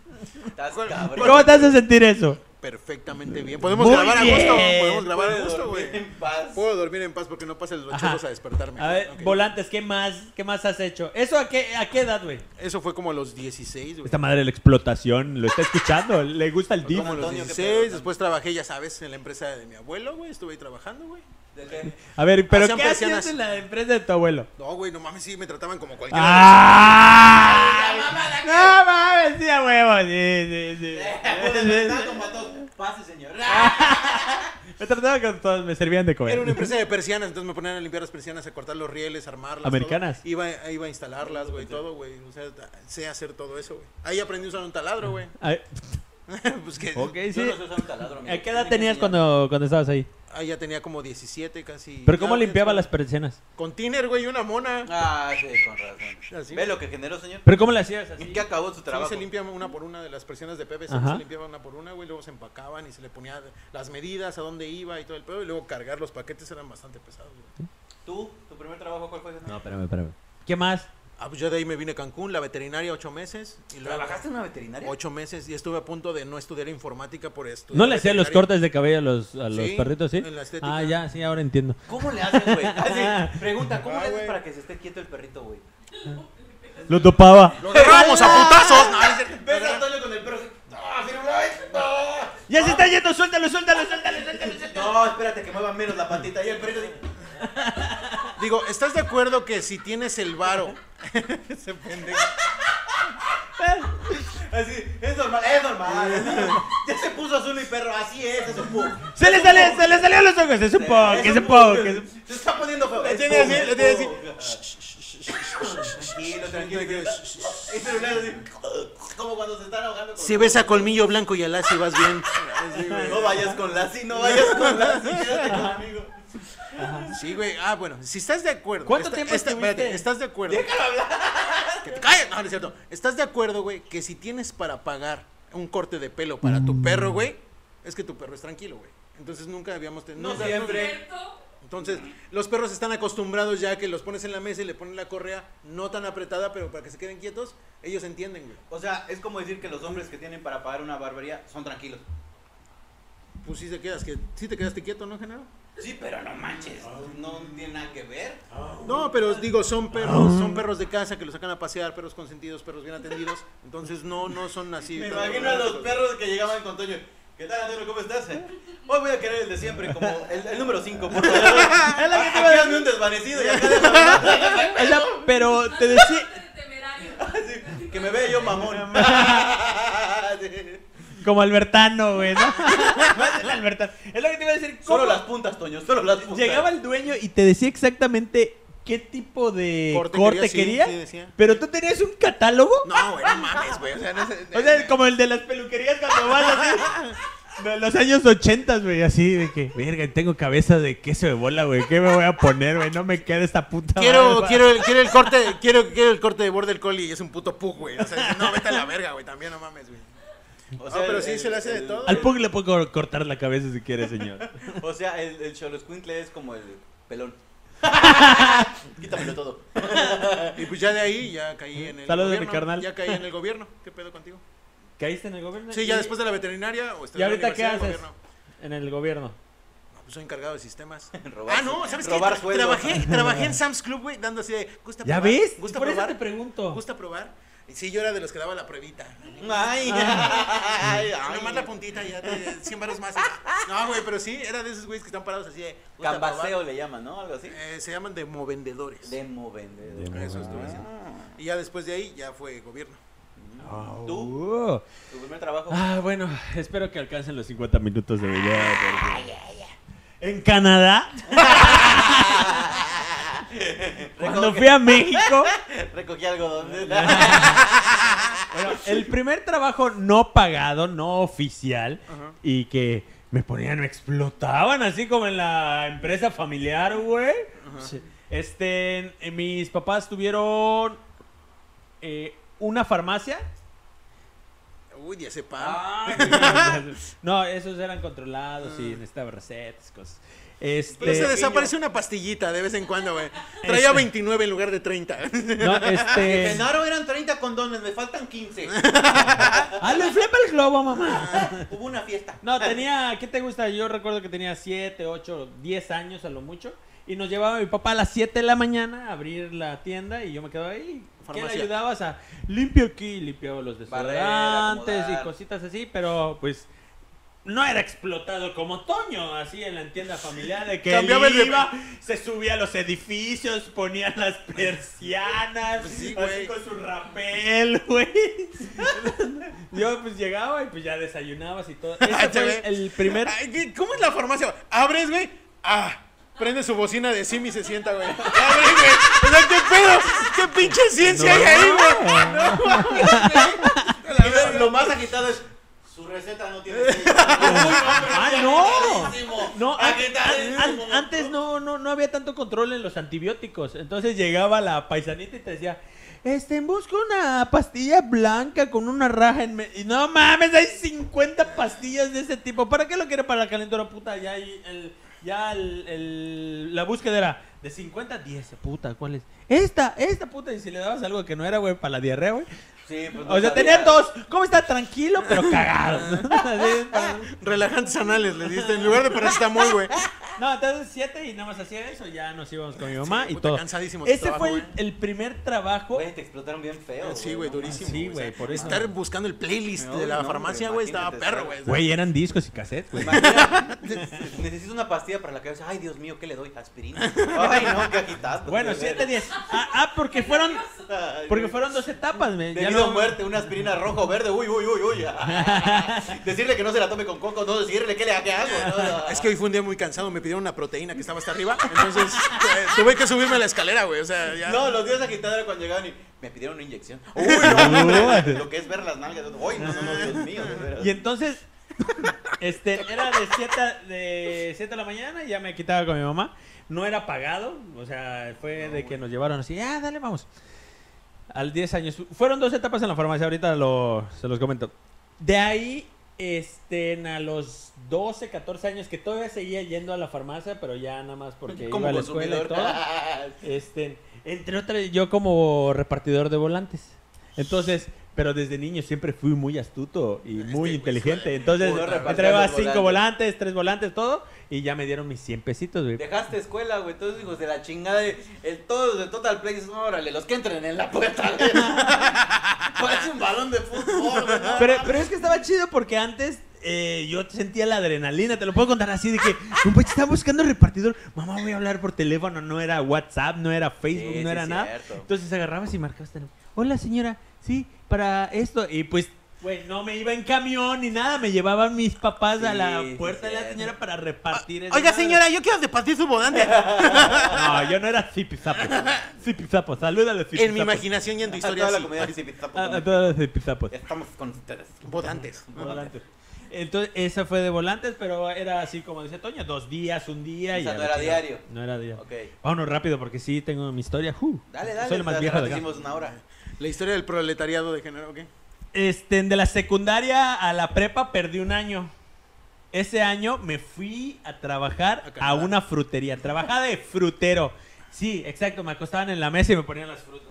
Speaker 2: Estás cabrón.
Speaker 3: ¿Cómo te hace sentir eso?
Speaker 1: Perfectamente bien. Podemos
Speaker 3: Muy
Speaker 1: grabar a gusto,
Speaker 3: bien.
Speaker 1: podemos grabar a
Speaker 2: Puedes
Speaker 1: gusto,
Speaker 2: dormir
Speaker 1: güey.
Speaker 2: en paz.
Speaker 1: Puedo dormir en paz porque no pasa el de los
Speaker 3: Ajá.
Speaker 1: churros a despertarme.
Speaker 3: A ver,
Speaker 1: Ok.
Speaker 3: volantes, ¿qué más, ¿qué más has hecho? ¿Eso a qué, a qué edad, güey?
Speaker 1: Eso fue como a los 16, güey.
Speaker 3: Esta madre de la explotación, lo está escuchando, le gusta el
Speaker 1: Fue
Speaker 3: dip.
Speaker 1: Como a los
Speaker 2: Antonio, qué
Speaker 1: 16,
Speaker 2: pedo,
Speaker 1: después trabajé, ya sabes, en la empresa de mi abuelo, güey. Estuve ahí trabajando, güey.
Speaker 2: ¿De qué?
Speaker 3: A ver, pero
Speaker 1: Hacían
Speaker 3: ¿qué hacías
Speaker 1: persianas.
Speaker 3: en la empresa de tu abuelo?
Speaker 1: No, güey, no mames, sí, me trataban como cualquier
Speaker 3: ¡Ah! No mames, sí, a huevo, sí, sí, *laughs*
Speaker 2: Eh,
Speaker 3: sí.
Speaker 2: nada, como a todos. Pase, señor.
Speaker 3: Me trataba con todos, me servían de
Speaker 1: Era una
Speaker 2: em-
Speaker 3: comer.
Speaker 1: empresa de persianas, entonces me ponían a limpiar las persianas, a cortar los rieles, a armarlas.
Speaker 3: Americanas.
Speaker 1: todo. Iba, iba a instalarlas, güey, todo, güey. O sea, sé hacer todo eso, güey. Ahí aprendí a usar un taladro, güey. *laughs*
Speaker 3: Ay,
Speaker 1: pues que
Speaker 3: Ok,
Speaker 2: Yo
Speaker 3: sí.
Speaker 2: no sé usar un taladro, amigo.
Speaker 3: ¿A qué
Speaker 2: Tienen
Speaker 3: edad
Speaker 2: que
Speaker 3: tenías
Speaker 2: enseñar.
Speaker 3: cuando, cuando estabas ahí?
Speaker 1: ah, ya tenía como 17 casi.
Speaker 3: ¿Pero cómo
Speaker 1: Ya, güey,
Speaker 3: limpiaba
Speaker 1: es-
Speaker 3: las persianas?
Speaker 1: Con tiner, güey, y una mona.
Speaker 2: Ah, sí, con razón.
Speaker 1: Así.
Speaker 2: ¿Ve lo que generó, señor?
Speaker 3: ¿Pero cómo le hacías
Speaker 2: ¿Y
Speaker 3: así?
Speaker 2: qué acabó su
Speaker 1: Sí,
Speaker 2: Ah, trabajo?
Speaker 1: se limpiaba una por una de las persianas de PVC,
Speaker 3: Ajá.
Speaker 1: se limpiaba una por una, güey, luego se empacaban y se le ponía las medidas, a dónde iba y todo el pedo, y luego cargar los paquetes eran bastante pesados, güey.
Speaker 2: ¿Tú? ¿Tu primer trabajo cuál fue? señor?
Speaker 3: No, espérame, espérame. ¿Qué más?
Speaker 1: Ah, pues yo de ahí me vine a Cancún, la veterinaria, ocho meses. Y luego-
Speaker 2: ¿Trabajaste en una veterinaria?
Speaker 1: Ocho meses y estuve a punto de no estudiar informática por estudiar.
Speaker 3: ¿No le hacían los
Speaker 1: veterinaria.
Speaker 3: cortes de cabello a los, a los
Speaker 1: Sí,
Speaker 3: perritos, sí?
Speaker 1: en la estética.
Speaker 3: Ah, ya, sí, ahora entiendo.
Speaker 2: ¿Cómo le haces, güey? Ah, sí. Pregunta, ¿cómo
Speaker 1: Ah,
Speaker 2: le haces
Speaker 1: güey.
Speaker 2: para que se esté quieto el perrito, güey?
Speaker 3: Lo topaba.
Speaker 1: ¡Lo agarramos a putazos! No, es cierto.
Speaker 2: ¿Ves a Antonio con el perro? así, ¡No, Firulais! ¡No!
Speaker 3: ¡Ya se está yendo! ¡Suéltalo, suéltalo, suéltalo, suéltalo! suéltalo!
Speaker 2: No, espérate que mueva menos la patita. Y el perrito así,
Speaker 1: Digo, ¿estás de acuerdo que si tienes el varo? Ese pendejo.
Speaker 2: así, es normal, es normal. es normal. Ya se puso azul mi perro, así es, es un pug.
Speaker 3: ¡Se le sale, se le salió a los ojos! ¡Es un poco, es un poco! es un-
Speaker 2: Se está poniendo feo.
Speaker 1: Le tiene así, le tiene así.
Speaker 2: Tranquilo, tranquilo. Y Firulais así, como cuando se están ahogando. con-
Speaker 1: *laughs* Si ves a Colmillo Blanco y a Lassie, vas bien. *laughs* Sí,
Speaker 2: No
Speaker 1: güey.
Speaker 2: vayas con Lassie, no vayas con Lassie, quédate conmigo.
Speaker 1: Sí, güey. Ah, bueno, si estás de acuerdo.
Speaker 3: ¿Cuánto tiempo estuviste?
Speaker 1: espérate, ¿Estás de acuerdo? ¡Déjalo hablar! ¡Que te calles! No, no es cierto. ¿Estás de acuerdo, güey, que si tienes para pagar un corte de pelo para tu
Speaker 3: Mm.
Speaker 1: perro, güey, es que tu perro es tranquilo, güey? Entonces nunca habíamos tenido.
Speaker 2: No
Speaker 1: nunca-
Speaker 2: siempre.
Speaker 4: ¿Cierto?
Speaker 1: Entonces, los perros están acostumbrados ya que los pones en la mesa y le ponen la correa no tan apretada, pero para que se queden quietos, ellos entienden, güey.
Speaker 2: O sea, es como decir que los hombres que tienen para pagar una barbería son tranquilos.
Speaker 1: Pues sí te quedas, que sí te quedaste quieto, ¿no, Genaro?
Speaker 2: Sí, pero no manches, no tiene nada que ver.
Speaker 1: No, pero os digo, son perros, son perros de casa que los sacan a pasear, perros consentidos, perros bien atendidos, entonces no no son así.
Speaker 2: Me
Speaker 1: tan
Speaker 2: imagino a los
Speaker 1: problemáticos.
Speaker 2: perros que llegaban con Toño. ¿Qué tal, Antonio? ¿Cómo estás? Hoy voy a querer el de siempre, como el, el número 5, por favor. Ah, Es la que te va a un desvanecido y acá déjame hablar.
Speaker 3: Es la- Pero Oh, te decía...
Speaker 4: Temerario.
Speaker 3: *laughs*
Speaker 2: Así, Que me vea yo mamón. Sí.
Speaker 3: Como Albertano, güey, ¿no? *laughs* Más el Albertano. Es lo que te iba a decir. ¿cómo?
Speaker 2: Solo las puntas, Toño, solo las puntas.
Speaker 3: Llegaba el dueño y te decía exactamente qué tipo de corte, quería.
Speaker 1: Eh, sí, sí, decía.
Speaker 3: Pero tú tenías un catálogo.
Speaker 1: No, eh, güey, no mames, güey. O sea, no es-
Speaker 3: O sea, como el de las peluquerías cuando vas así. De los años 80, güey, así de que, verga, tengo cabeza de queso de bola, güey. ¿Qué me voy a poner, güey? No me queda esta puta
Speaker 1: *laughs*
Speaker 3: madre, *laughs*
Speaker 1: Quiero,
Speaker 3: pa-
Speaker 1: quiero, el, quiero el corte, quiero, quiero el corte de Border Collie y es un puto pug, güey. O sea, dice, no, vete a la verga, güey, también no mames, güey.
Speaker 2: O
Speaker 1: No, Ah, pero sí se le hace de todo.
Speaker 3: Al Pug le puedo cor- cortar la cabeza si quiere, señor.
Speaker 2: O sea, el, el Xoloscuincle es como el *laughs* pelón. Quítamelo todo.
Speaker 1: Y pues ya de ahí ya caí en el
Speaker 3: Saludos, mi
Speaker 1: gobierno.
Speaker 3: carnal.
Speaker 1: Ya caí en el gobierno. ¿Qué pedo contigo?
Speaker 3: *laughs* ¿Caíste en el gobierno?
Speaker 1: Sí, ya después de la veterinaria o estudié
Speaker 3: ¿Y
Speaker 1: en la
Speaker 3: ahorita qué
Speaker 1: universidad,
Speaker 3: haces?
Speaker 1: gobierno.
Speaker 3: En el
Speaker 1: No,
Speaker 3: gobierno.
Speaker 1: pues soy encargado de sistemas.
Speaker 2: *laughs* Robar
Speaker 1: ah, no,
Speaker 2: su-
Speaker 1: ¿sabes
Speaker 2: robar
Speaker 1: qué?
Speaker 2: sueldo. *laughs*
Speaker 1: Trabajé, trabajé en Sam's Club, güey, dando así de, ¿gusta
Speaker 3: ¿Ya
Speaker 1: probar?
Speaker 3: ves?
Speaker 1: ¿Gusta
Speaker 3: Por eso
Speaker 1: probar?
Speaker 3: te pregunto.
Speaker 1: ¿Gusta probar? Y Sí, yo era de los que daba la pruebita.
Speaker 2: Ay, ay, ay.
Speaker 1: Nomás la puntita y ya te 100 baros más. No, güey, pero sí, era de esos güeyes que están parados así de. ¿gusta
Speaker 2: Cambaseo le llaman, ¿no? Algo así.
Speaker 1: probar? Eh, se llaman demovendedores.
Speaker 2: Demo vendedor.
Speaker 3: Demo
Speaker 1: Eso estuve haciendo.
Speaker 2: Ah.
Speaker 1: Y ya después de ahí ya fue gobierno.
Speaker 2: ¿Tú?
Speaker 3: Uh.
Speaker 2: Tu primer trabajo.
Speaker 3: Ah, bueno, espero que alcancen los 50 minutos de video. porque- En Canadá, cuando
Speaker 2: Recogí-
Speaker 3: fui a México,
Speaker 2: Recogí algodón. *laughs*
Speaker 3: bueno, el primer trabajo no pagado, no oficial, y que me ponían, me explotaban, así como en la empresa familiar, güey. Sí. Este, eh, mis papás tuvieron eh, una farmacia.
Speaker 1: Uy, ya sepa.
Speaker 3: *laughs* no, esos eran controlados y necesitaba recetas, cosas. Este,
Speaker 1: Pero se desaparece una pastillita de vez en cuando, güey. Traía 29 en lugar de
Speaker 3: *laughs*
Speaker 1: 30.
Speaker 2: *laughs*
Speaker 3: no, este...
Speaker 2: Genaro eran 30 condones, me faltan *laughs* 15.
Speaker 3: ¡Ah, le flipa el globo, mamá!
Speaker 2: Hubo una fiesta.
Speaker 3: No, tenía, ¿qué te gusta? Yo recuerdo que tenía 7, 8, 10 años a lo mucho. Y nos llevaba mi papá a las 7 de la mañana a abrir la tienda y yo me quedaba ahí. ¿Qué le
Speaker 1: Farmacia.
Speaker 3: ayudabas a limpio aquí, limpiaba los
Speaker 2: Barrer,
Speaker 3: desodorantes y
Speaker 2: acomodar.
Speaker 3: cositas así? Pero pues no era explotado como Toño, así en la tienda familiar de que
Speaker 1: Cambiaba
Speaker 3: él
Speaker 1: el de-
Speaker 3: iba, se subía a los edificios, ponía las persianas,
Speaker 1: Pues sí,
Speaker 3: así
Speaker 1: güey.
Speaker 3: con su rapel, *laughs* güey. Yo pues llegaba y pues ya desayunabas
Speaker 1: *laughs*
Speaker 3: y todo. Ese
Speaker 1: Ah, ya
Speaker 3: fue
Speaker 1: ve.
Speaker 3: el primer.
Speaker 1: Ay, ¿qué- ¿Cómo es la farmacia? Abres, güey. Ah. Prende su bocina de Simi y se sienta, güey. Abre, güey. O sea, ¿qué pedo? ¿Qué pinche ciencia hay ahí, güey? No mames, güey. A la
Speaker 2: Y
Speaker 1: verga.
Speaker 2: lo, lo más agitado es. Su receta no *laughs* tiene.
Speaker 3: ¡Ah, no! No, an-
Speaker 2: Agitadísimo.
Speaker 3: an- antes no, no, no había tanto control en los antibióticos. Entonces llegaba la paisanita y te decía. Este, busco una pastilla blanca con una raja en medio. No mames, hay 50 pastillas de ese tipo. ¿Para qué lo quiere para la calentura, puta? Ya, hay el, ya el- el- la búsqueda era de 50 a 10, puta. ¿Cuál es? Esta, esta puta. Y si le dabas algo que no era, güey, para la diarrea, güey.
Speaker 2: Sí, pues, no
Speaker 3: O sea,
Speaker 2: sabía.
Speaker 3: tenía dos. ¿Cómo está? Tranquilo, pero cagado.
Speaker 1: *laughs*
Speaker 3: *laughs* Así, para-
Speaker 1: Relajantes anales le diste. En lugar de paracetamol, güey.
Speaker 3: no, entonces siete y nada más hacía eso. Ya nos íbamos con mi mamá
Speaker 1: Sí,
Speaker 3: y
Speaker 1: puta,
Speaker 3: todo.
Speaker 1: cansadísimo tu
Speaker 3: Ese
Speaker 1: trabajo,
Speaker 3: fue el,
Speaker 1: güey.
Speaker 3: el primer trabajo.
Speaker 2: Güey, te explotaron bien feo.
Speaker 1: Sí, güey,
Speaker 2: no mames.
Speaker 1: durísimo.
Speaker 3: Sí,
Speaker 1: o
Speaker 3: güey,
Speaker 1: sea,
Speaker 3: por eso.
Speaker 1: Estar buscando el playlist
Speaker 2: No,
Speaker 1: de la
Speaker 2: no,
Speaker 1: farmacia,
Speaker 2: hombre,
Speaker 1: güey, estaba
Speaker 2: imagínate,
Speaker 1: perro, güey.
Speaker 2: está-
Speaker 3: Güey, eran discos y cassettes, güey.
Speaker 2: Imagina, *laughs* necesito una pastilla para la cabeza. Ay, Dios mío, ¿qué le doy? Aspirina. Ay, no, qué agitado.
Speaker 3: Bueno, siete, diez. Ah, ah, porque fueron, porque fueron dos etapas, me. ya
Speaker 2: Debido
Speaker 3: no-
Speaker 2: a muerte, una aspirina rojo, verde, uy, uy, uy,
Speaker 3: *laughs*
Speaker 2: uy. Decirle que no se la tome con coco, no decirle qué le qué hago. no.
Speaker 1: Es que hoy fue un día muy cansado, me pidieron una proteína que estaba hasta arriba, entonces *laughs* eh, tuve que subirme a la escalera, güey, o sea, ya...
Speaker 2: No, los días agitados era cuando llegaban y me pidieron una
Speaker 3: *laughs*
Speaker 2: inyección. Uy,
Speaker 3: Uy.
Speaker 2: no,
Speaker 3: *laughs*
Speaker 2: lo que es ver las nalgas. Uy, no, no, no, Dios mío. de veras.
Speaker 3: Y entonces, este, era de 7 de siete de la mañana y ya me quitaba con mi mamá. No era pagado, o sea, fue de que nos llevaron así, ah, dale, vamos. Al 10 años. Fueron dos etapas en la farmacia, ahorita lo- se los comento. De ahí, este, a los 12, 14 años, que todavía seguía yendo a la farmacia, pero ya nada más porque iba a la escuela y todo. *laughs* Este, entre otras, yo como repartidor de volantes. Entonces, pero desde niño siempre fui muy astuto y
Speaker 1: Este
Speaker 3: muy
Speaker 1: güey
Speaker 3: inteligente.
Speaker 1: suena de
Speaker 3: Entonces,
Speaker 2: puta,
Speaker 3: me
Speaker 2: repartiendo
Speaker 3: traía cinco
Speaker 2: volantes.
Speaker 3: volantes, tres volantes, todo. Y ya me dieron mis 100 pesitos, güey.
Speaker 2: Dejaste escuela, güey, todos hijos de la chingada de el todos de Total Play dicen, órale, los que entren en la puerta. *laughs* güey". Parece un balón de fútbol, güey. no
Speaker 3: Pero,
Speaker 2: mames.
Speaker 3: pero es que estaba chido porque antes eh, yo sentía la adrenalina. Te lo puedo contar así
Speaker 2: *laughs*
Speaker 3: de que un güey estaba buscando repartidor. Mamá, voy a hablar por teléfono. No era WhatsApp, no era Facebook,
Speaker 2: Sí,
Speaker 3: no
Speaker 2: sí,
Speaker 3: era
Speaker 2: es
Speaker 3: nada.
Speaker 2: cierto.
Speaker 3: Entonces agarrabas y marcabas teléfono. Hola, señora. Sí, para esto. Y pues, güey, no me iba en camión ni nada. Me llevaban mis papás a
Speaker 2: Sí,
Speaker 3: la
Speaker 2: sí,
Speaker 3: puerta de la
Speaker 2: cierto. Ah,
Speaker 3: señora para repartir. esa
Speaker 1: Oiga,
Speaker 3: madre.
Speaker 1: señora, yo quiero departir su
Speaker 3: *laughs*
Speaker 1: volante.
Speaker 3: No, yo no era
Speaker 2: *laughs*
Speaker 3: zipizapo. Zipizapo, salúdale, zipizapo. Ah,
Speaker 1: En mi imaginación y en tu historia,
Speaker 2: Toda la
Speaker 1: sí.
Speaker 2: comunidad de Zipizapo
Speaker 3: A, a
Speaker 2: también.
Speaker 3: todos los zipizapos.
Speaker 2: Estamos con ustedes.
Speaker 1: Volantes.
Speaker 3: Volantes. Entonces, esa fue de volantes, pero era así como dice Toño, dos días, un día.
Speaker 2: O
Speaker 3: y
Speaker 2: sea,
Speaker 3: ya,
Speaker 2: no era
Speaker 3: ya.
Speaker 2: diario.
Speaker 3: No era diario.
Speaker 2: Ok.
Speaker 3: Vámonos rápido porque sí tengo mi historia. Uh,
Speaker 2: Dale, dale.
Speaker 3: Soy el más
Speaker 2: hace
Speaker 3: viejo
Speaker 2: rato
Speaker 3: de acá.
Speaker 2: hicimos una *laughs* hora.
Speaker 1: La historia del proletariado de género, ¿ok?
Speaker 3: Este, de la secundaria a la prepa perdí un año. Ese año me fui a
Speaker 1: A
Speaker 3: trabajar a,
Speaker 1: Canadá.
Speaker 3: una frutería. Trabajaba de frutero. Sí, exacto. Me acostaban en la mesa y me ponían las
Speaker 2: *laughs*
Speaker 3: frutas.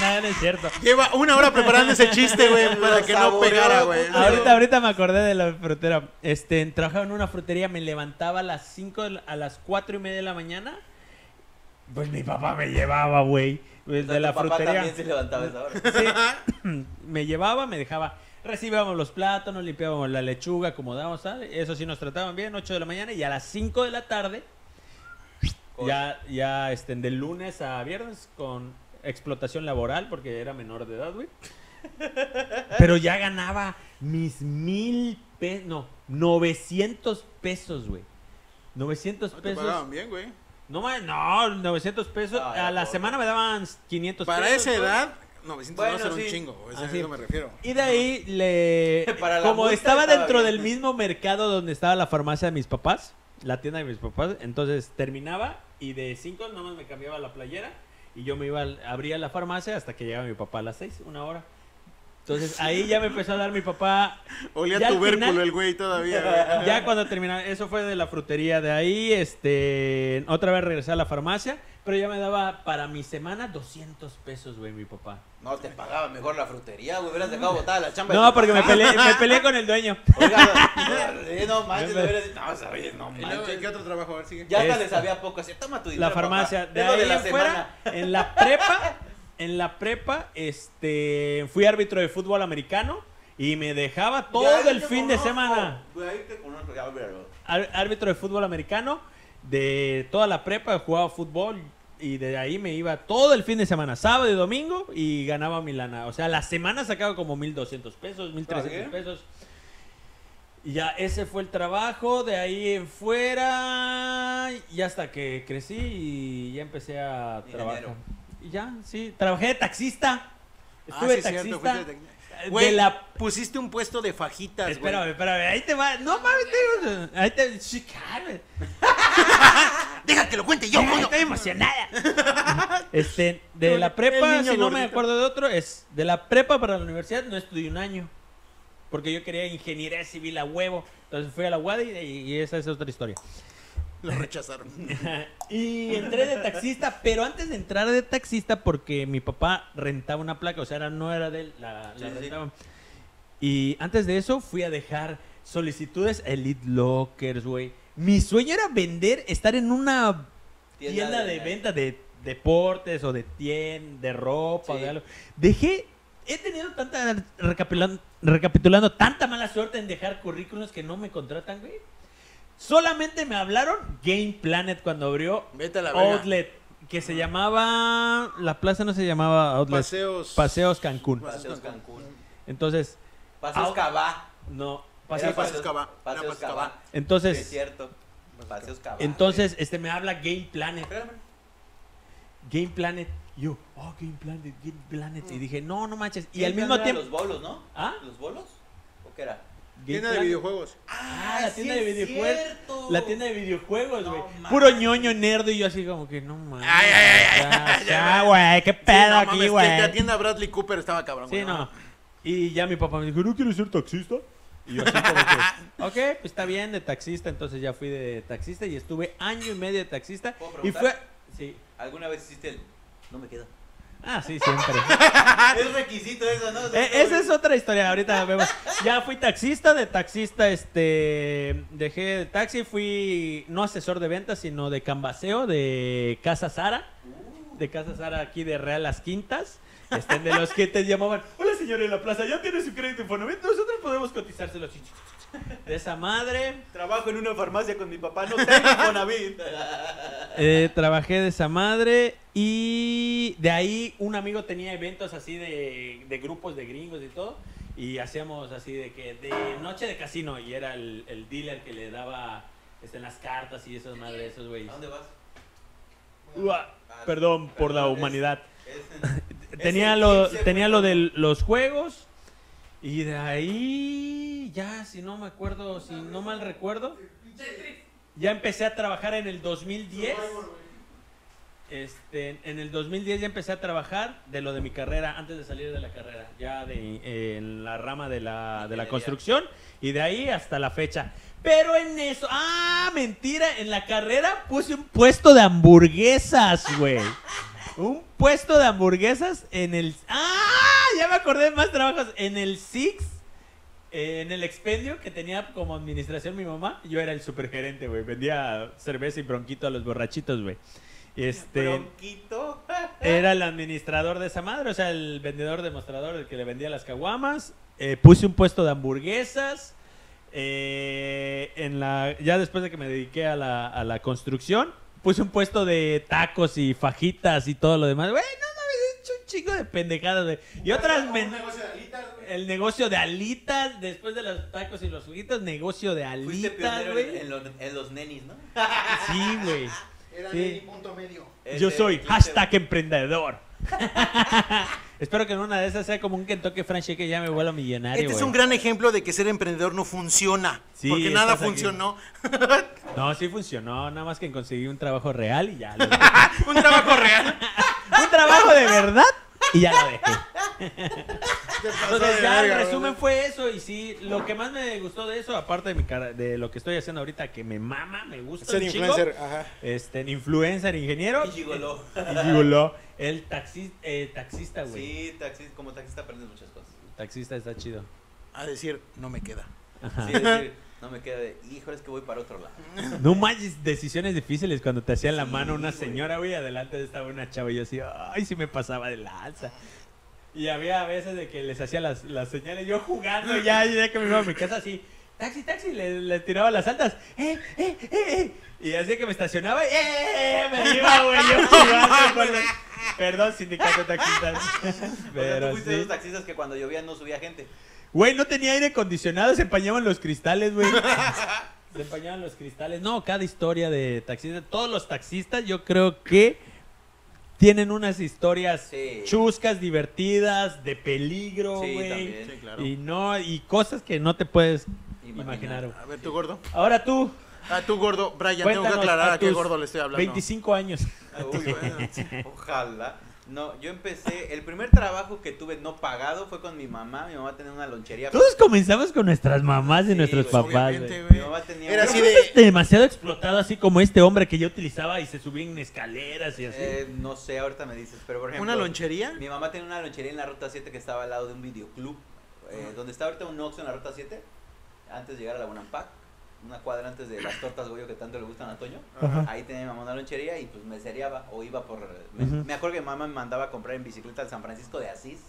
Speaker 3: Nada, no es cierto.
Speaker 1: Lleva una hora preparando ese chiste,
Speaker 3: *laughs*
Speaker 1: güey, para
Speaker 2: Lo
Speaker 1: que no
Speaker 2: saboreó,
Speaker 1: pegara, güey.
Speaker 2: puto.
Speaker 3: Ahorita, ahorita me acordé de la frutera. Este, trabajaba en una frutería, me levantaba a las 5, a las 4 y media de la mañana. Pues mi papá me llevaba, güey. Pues,
Speaker 2: O sea,
Speaker 3: de
Speaker 2: tu
Speaker 3: la
Speaker 2: papá
Speaker 3: frutería.
Speaker 2: también se levantaba a esa hora.
Speaker 3: Sí. me llevaba, me dejaba. Recibíamos los plátanos, limpiábamos la lechuga, acomodábamos, tal. Eso sí nos trataban bien, 8 de la mañana y a las 5 de la tarde, ya, ya este, de lunes a viernes con explotación laboral, porque era menor de edad, güey. Pero ya ganaba mis mil pesos, no, 900 pesos, güey. 900
Speaker 1: No te
Speaker 3: pesos.
Speaker 1: pagaban bien, güey.
Speaker 3: No, ma- no, 900 pesos.
Speaker 2: Ah,
Speaker 3: a
Speaker 2: era
Speaker 3: la
Speaker 2: pobre.
Speaker 3: semana me daban 500
Speaker 1: Para
Speaker 3: pesos.
Speaker 1: esa
Speaker 3: güey.
Speaker 1: edad, 900
Speaker 2: Bueno,
Speaker 1: no era un
Speaker 2: sí.
Speaker 1: chingo, güey, o sea,
Speaker 3: Así.
Speaker 1: a eso me refiero.
Speaker 3: Y de ahí le...
Speaker 2: Para la
Speaker 3: como
Speaker 2: multa
Speaker 3: estaba
Speaker 2: estaba
Speaker 3: dentro
Speaker 2: bien.
Speaker 3: del mismo mercado donde estaba la farmacia de mis papás, la tienda de mis papás, entonces terminaba y de 5 nomás me cambiaba la playera y yo me iba, al- abría la farmacia hasta que llegaba mi papá a las 6, una hora. Entonces ahí ya me empezó a dar mi papá
Speaker 1: Olía
Speaker 3: Ya al
Speaker 1: tubérculo
Speaker 3: final-
Speaker 1: el güey
Speaker 3: *laughs*
Speaker 1: todavía, güey.
Speaker 3: ya cuando terminaba, eso fue de la frutería de ahí, este, otra vez regresé a la farmacia, pero ya me daba para mi semana 200 pesos, güey, mi papá.
Speaker 2: No, te pagaba mejor la frutería, güey. Hubieras dejado botada la chamba. de
Speaker 3: No,
Speaker 2: tu
Speaker 3: porque me
Speaker 2: papá.
Speaker 3: peleé, me peleé con el dueño. *laughs*
Speaker 2: Oiga, no manches,
Speaker 3: Yo me-
Speaker 2: no hubieras... No, sabes, no
Speaker 1: Y luego,
Speaker 2: manches.
Speaker 1: ¿Qué otro trabajo? A ver, sigue.
Speaker 2: Ya hasta
Speaker 3: Este.
Speaker 2: le sabía poco, así, toma tu dinero,
Speaker 3: la farmacia.
Speaker 2: papá.
Speaker 3: De
Speaker 2: Es lo
Speaker 3: ahí
Speaker 2: la
Speaker 3: en fuera,
Speaker 2: semana.
Speaker 3: en la prepa, en la prepa, este, fui árbitro de fútbol americano y me dejaba
Speaker 2: Ya,
Speaker 3: todo
Speaker 2: yo
Speaker 3: el
Speaker 2: te
Speaker 3: fin de
Speaker 2: conozco.
Speaker 3: semana.
Speaker 2: Güey, ahí te conozco, ya, pero-
Speaker 3: Ar- árbitro de fútbol americano de toda la prepa, jugaba fútbol y de ahí me iba todo el fin de semana, sábado y domingo y ganaba mi lana. O sea, la semana sacaba como 1200 pesos, 1300
Speaker 2: bien.
Speaker 3: pesos. Y ya ese fue el trabajo, de ahí en fuera y hasta que crecí y ya empecé a
Speaker 2: Ingeniero.
Speaker 3: trabajar. Y ya, sí, trabajé de taxista.
Speaker 1: Ah,
Speaker 3: Estuve
Speaker 1: sí,
Speaker 3: taxista.
Speaker 1: cierto, fuiste de-
Speaker 3: de
Speaker 1: Güey,
Speaker 3: la-
Speaker 1: pusiste un puesto de fajitas, güey.
Speaker 3: Espérame, espérame, ahí te va. No mames, te- ahí te sí, cálmate.
Speaker 1: Deja que lo cuente
Speaker 3: *laughs*
Speaker 1: yo,
Speaker 3: Ay,
Speaker 1: coño.
Speaker 3: Estoy emocionada. Este, de la prepa,
Speaker 1: El niño
Speaker 3: si no me
Speaker 1: gordito.
Speaker 3: acuerdo de otro, es de la prepa para la universidad no estudié un año. Porque yo quería ingeniería civil a huevo. Entonces fui a la UAD y, y esa es otra historia.
Speaker 1: Lo
Speaker 3: *laughs*
Speaker 1: rechazaron.
Speaker 3: Y entré de taxista, pero antes de entrar de taxista, porque mi papá rentaba una placa, o sea, era- no era de él, la, la
Speaker 2: Sí, sí, sí.
Speaker 3: rentaban. Y antes de eso fui a dejar solicitudes a Elite Lockers, güey. Mi sueño era vender, estar en una tienda, de, venta de deportes o de tienda, de ropa o
Speaker 2: Sí.
Speaker 3: de algo. Dejé, he tenido tanta, recapilan- recapitulando, tanta mala suerte en dejar currículos que no me contratan, güey. Solamente me hablaron Game Planet cuando abrió
Speaker 1: Vete a la verga.
Speaker 3: Outlet, que se llamaba, la plaza no se llamaba Outlet,
Speaker 1: Paseos.
Speaker 3: Paseos Cancún.
Speaker 2: Paseos Cancún.
Speaker 3: Entonces,
Speaker 2: Paseos
Speaker 3: Ah.
Speaker 2: Cabá.
Speaker 3: no,
Speaker 1: Paseos-
Speaker 2: Era
Speaker 3: Paseos-
Speaker 1: Paseos Cabá. Era
Speaker 2: Paseos
Speaker 1: Paseos
Speaker 2: Cabá.
Speaker 1: Cabá.
Speaker 2: Sí, es
Speaker 3: entonces,
Speaker 2: cierto. Paseos Cabá.
Speaker 3: entonces, este, me habla Game Planet.
Speaker 2: Espérame.
Speaker 3: Game Planet. Y yo, oh, Game Planet, Game Planet. Y dije, no, no manches. Y al
Speaker 2: ¿Quién
Speaker 3: mismo
Speaker 2: era
Speaker 3: tiempo.
Speaker 2: Los bolos, ¿no?
Speaker 3: ¿Ah?
Speaker 2: ¿Los bolos? ¿O qué era?
Speaker 3: Game
Speaker 1: Tienda de
Speaker 3: Planet.
Speaker 1: videojuegos.
Speaker 3: Ah, la
Speaker 2: sí
Speaker 3: tienda de
Speaker 2: es
Speaker 3: videojuegos.
Speaker 2: cierto.
Speaker 3: La tienda de videojuegos,
Speaker 2: No
Speaker 3: güey.
Speaker 2: mames.
Speaker 3: Puro ñoño nerd. Y yo, así como que, no mames.
Speaker 1: Ay, ay, ay,
Speaker 3: ya,
Speaker 1: ay,
Speaker 3: Ya,
Speaker 1: ay.
Speaker 3: güey, qué
Speaker 1: Sí,
Speaker 3: pedo
Speaker 1: no
Speaker 3: aquí,
Speaker 1: mames, que la
Speaker 3: güey.
Speaker 1: tienda Bradley Cooper estaba cabrón.
Speaker 3: Sí,
Speaker 1: güey,
Speaker 3: no. Y ya mi papá me dijo, ¿no quieres ser taxista? Y yo así
Speaker 1: *laughs*
Speaker 3: como que, ok, pues está bien, de taxista. Entonces ya fui de taxista y estuve año y medio de taxista.
Speaker 2: ¿Puedo
Speaker 3: Y fue...
Speaker 2: preguntar?
Speaker 3: Sí.
Speaker 2: ¿Alguna vez hiciste el.? No me quedo.
Speaker 3: Ah, sí, siempre.
Speaker 2: es requisito eso, ¿no? O sea,
Speaker 3: Ah, Eh, esa es otra historia, ahorita vemos. Ya fui taxista, de taxista, este, dejé el taxi, fui no asesor de ventas, sino de cambaseo de Casa Sara, de Casa Sara aquí de Real Las Quintas. Este, de los que te llamaban, hola señora en la plaza, ya tiene su crédito Infonavit, nosotros podemos cotizárselo. De esa madre,
Speaker 2: Trabajo en una farmacia con mi papá, no tengo
Speaker 3: *laughs*
Speaker 2: Infonavit.
Speaker 3: Eh, trabajé de esa madre y de ahí un amigo tenía eventos así de, de grupos de gringos y todo. Y hacíamos así de que de noche de casino y era el, el dealer que le daba este, las cartas y esas madres, esos
Speaker 2: ¿A
Speaker 3: güeyes.
Speaker 2: dónde vas?
Speaker 3: Ua, perdón por la
Speaker 2: Perdón, es-
Speaker 3: humanidad.
Speaker 2: Es-
Speaker 3: Tenía
Speaker 2: el
Speaker 3: lo,
Speaker 2: eclipse,
Speaker 3: tenía
Speaker 2: güey.
Speaker 3: lo de los juegos Y de ahí, ya, si no me acuerdo, si no mal recuerdo,
Speaker 4: Tetris.
Speaker 3: ya empecé a trabajar en el 2010. *laughs* Este, en el 2010 ya empecé a trabajar de lo de mi carrera, antes de salir de la carrera, ya de, en la rama de la, de la
Speaker 2: Ingeniería.
Speaker 3: construcción y de ahí hasta la fecha. Pero en eso, ah, mentira, en la carrera puse un puesto de hamburguesas, güey. Un puesto de hamburguesas en el... Ah, *laughs* ya me acordé de más trabajos. En el Six, eh, en el expendio que tenía como administración mi mamá, yo era el supergerente, güey. Vendía cerveza y bronquito a los borrachitos, güey. Este...
Speaker 2: Bronquito.
Speaker 3: Era el administrador de esa madre, o sea, el vendedor demostrador, el que le vendía las caguamas. Eh, puse un puesto de hamburguesas. eh, en la, ya después de que me dediqué a la, a la construcción, puse un puesto de tacos y fajitas y todo lo demás. Güey, no mames, he hecho un chingo de pendejadas, güey. Y otras... men- el negocio de alitas, después de los tacos y los juguitos, negocio de
Speaker 2: Fuiste
Speaker 3: alitas,
Speaker 2: pionero en,
Speaker 3: güey.
Speaker 2: en los, en los nenis, ¿no?
Speaker 3: Sí, güey.
Speaker 5: Era
Speaker 3: Sí.
Speaker 5: Nelly punto medio.
Speaker 3: Yo
Speaker 2: Este,
Speaker 3: soy
Speaker 2: Twitter.
Speaker 3: hashtag emprendedor. *laughs* Espero que en una de esas sea como un Kentucky Fried Chicken y ya me vuelva millonario.
Speaker 1: Este es
Speaker 3: güey.
Speaker 1: un gran ejemplo de que ser emprendedor no funciona.
Speaker 3: Sí,
Speaker 1: porque nada
Speaker 3: estás aquí.
Speaker 1: funcionó.
Speaker 3: No, sí funcionó, nada más que conseguí un trabajo real y ya. lo dejé. *laughs*
Speaker 1: Ah, Un trabajo real.
Speaker 3: un trabajo de verdad y ya lo dejé.
Speaker 5: *laughs* Te pasó
Speaker 3: Entonces
Speaker 5: de
Speaker 3: ya el
Speaker 5: verga,
Speaker 3: resumen
Speaker 5: brother.
Speaker 3: fue eso y sí, lo que más me gustó de eso, aparte de mi cara, de lo que estoy haciendo ahorita que me mama, me gusta
Speaker 5: Ser
Speaker 3: un chingo,
Speaker 5: influencer, ajá.
Speaker 3: Este, influencer, ingeniero.
Speaker 2: Y gigoló.
Speaker 3: Y gigoló. El taxi, eh, taxista, güey.
Speaker 2: Sí, taxi, como taxista aprendes muchas cosas.
Speaker 3: Taxista está chido.
Speaker 1: A decir, no me queda.
Speaker 3: Ah.
Speaker 2: Sí, es decir, no me queda de, híjole, es que voy para otro lado.
Speaker 3: No manches, decisiones difíciles cuando te hacían la
Speaker 2: Sí,
Speaker 3: mano una
Speaker 2: güey.
Speaker 3: señora, güey, adelante estaba una chava y yo así, ay, si me pasaba de la alza. Y había a veces de que les hacía las, las señales, yo jugando ya, ya que me iba a mi casa así, taxi, taxi, le, le tiraba las altas, eh, eh, eh, eh. Y así que me estacionaba, eh, eh, eh, me iba, güey, yo jugando. con los- Perdón, sindicato taxistas.
Speaker 2: *laughs* O sea, tú
Speaker 3: Pero
Speaker 2: fuiste de
Speaker 3: sí.
Speaker 2: esos taxistas que cuando llovía no subía gente.
Speaker 3: Güey, no tenía aire acondicionado, se empañaban los cristales, güey. *laughs* se empañaban los cristales. No, cada historia de taxistas, todos los taxistas yo creo que tienen unas historias
Speaker 2: Sí.
Speaker 3: chuscas, divertidas, de peligro,
Speaker 2: Sí,
Speaker 3: güey.
Speaker 2: también.
Speaker 3: y no y cosas que no te puedes imaginar. güey.
Speaker 1: A ver, tú gordo.
Speaker 3: Ahora tú,
Speaker 1: A tú gordo, Brian, tengo
Speaker 3: Cuéntanos
Speaker 1: que aclarar
Speaker 3: a
Speaker 1: a, qué
Speaker 3: tus
Speaker 1: gordo le estoy hablando.
Speaker 3: 25 años.
Speaker 2: Ah, uy, bueno, ojalá. No, yo empecé, el primer trabajo que tuve no pagado fue con mi mamá. Mi mamá tenía una lonchería.
Speaker 3: Todos comenzamos con nuestras mamás y
Speaker 2: Sí,
Speaker 3: nuestros
Speaker 2: güey,
Speaker 3: papás,
Speaker 1: obviamente,
Speaker 3: güey.
Speaker 2: Mi mamá tenía
Speaker 1: Era
Speaker 2: una-
Speaker 1: así de-
Speaker 3: Demasiado explotado, así como este hombre que yo utilizaba y se subía en escaleras y así.
Speaker 2: Eh, no sé, ahorita me dices, pero por ejemplo.
Speaker 1: ¿Una lonchería?
Speaker 2: Mi mamá tenía una lonchería en la ruta 7 que estaba al lado de un videoclub. eh, donde está ahorita un Oxxo en la ruta 7. Antes de llegar a la Bunampac. Una cuadra antes de las tortas Goyo que tanto le gustan a Toño.
Speaker 3: Ajá.
Speaker 2: Ahí tenía mi mamá una lonchería y pues me seriaba o iba por. Me,
Speaker 3: Ujú.
Speaker 2: me acuerdo que mi mamá me mandaba a comprar en bicicleta al San Francisco de Asís.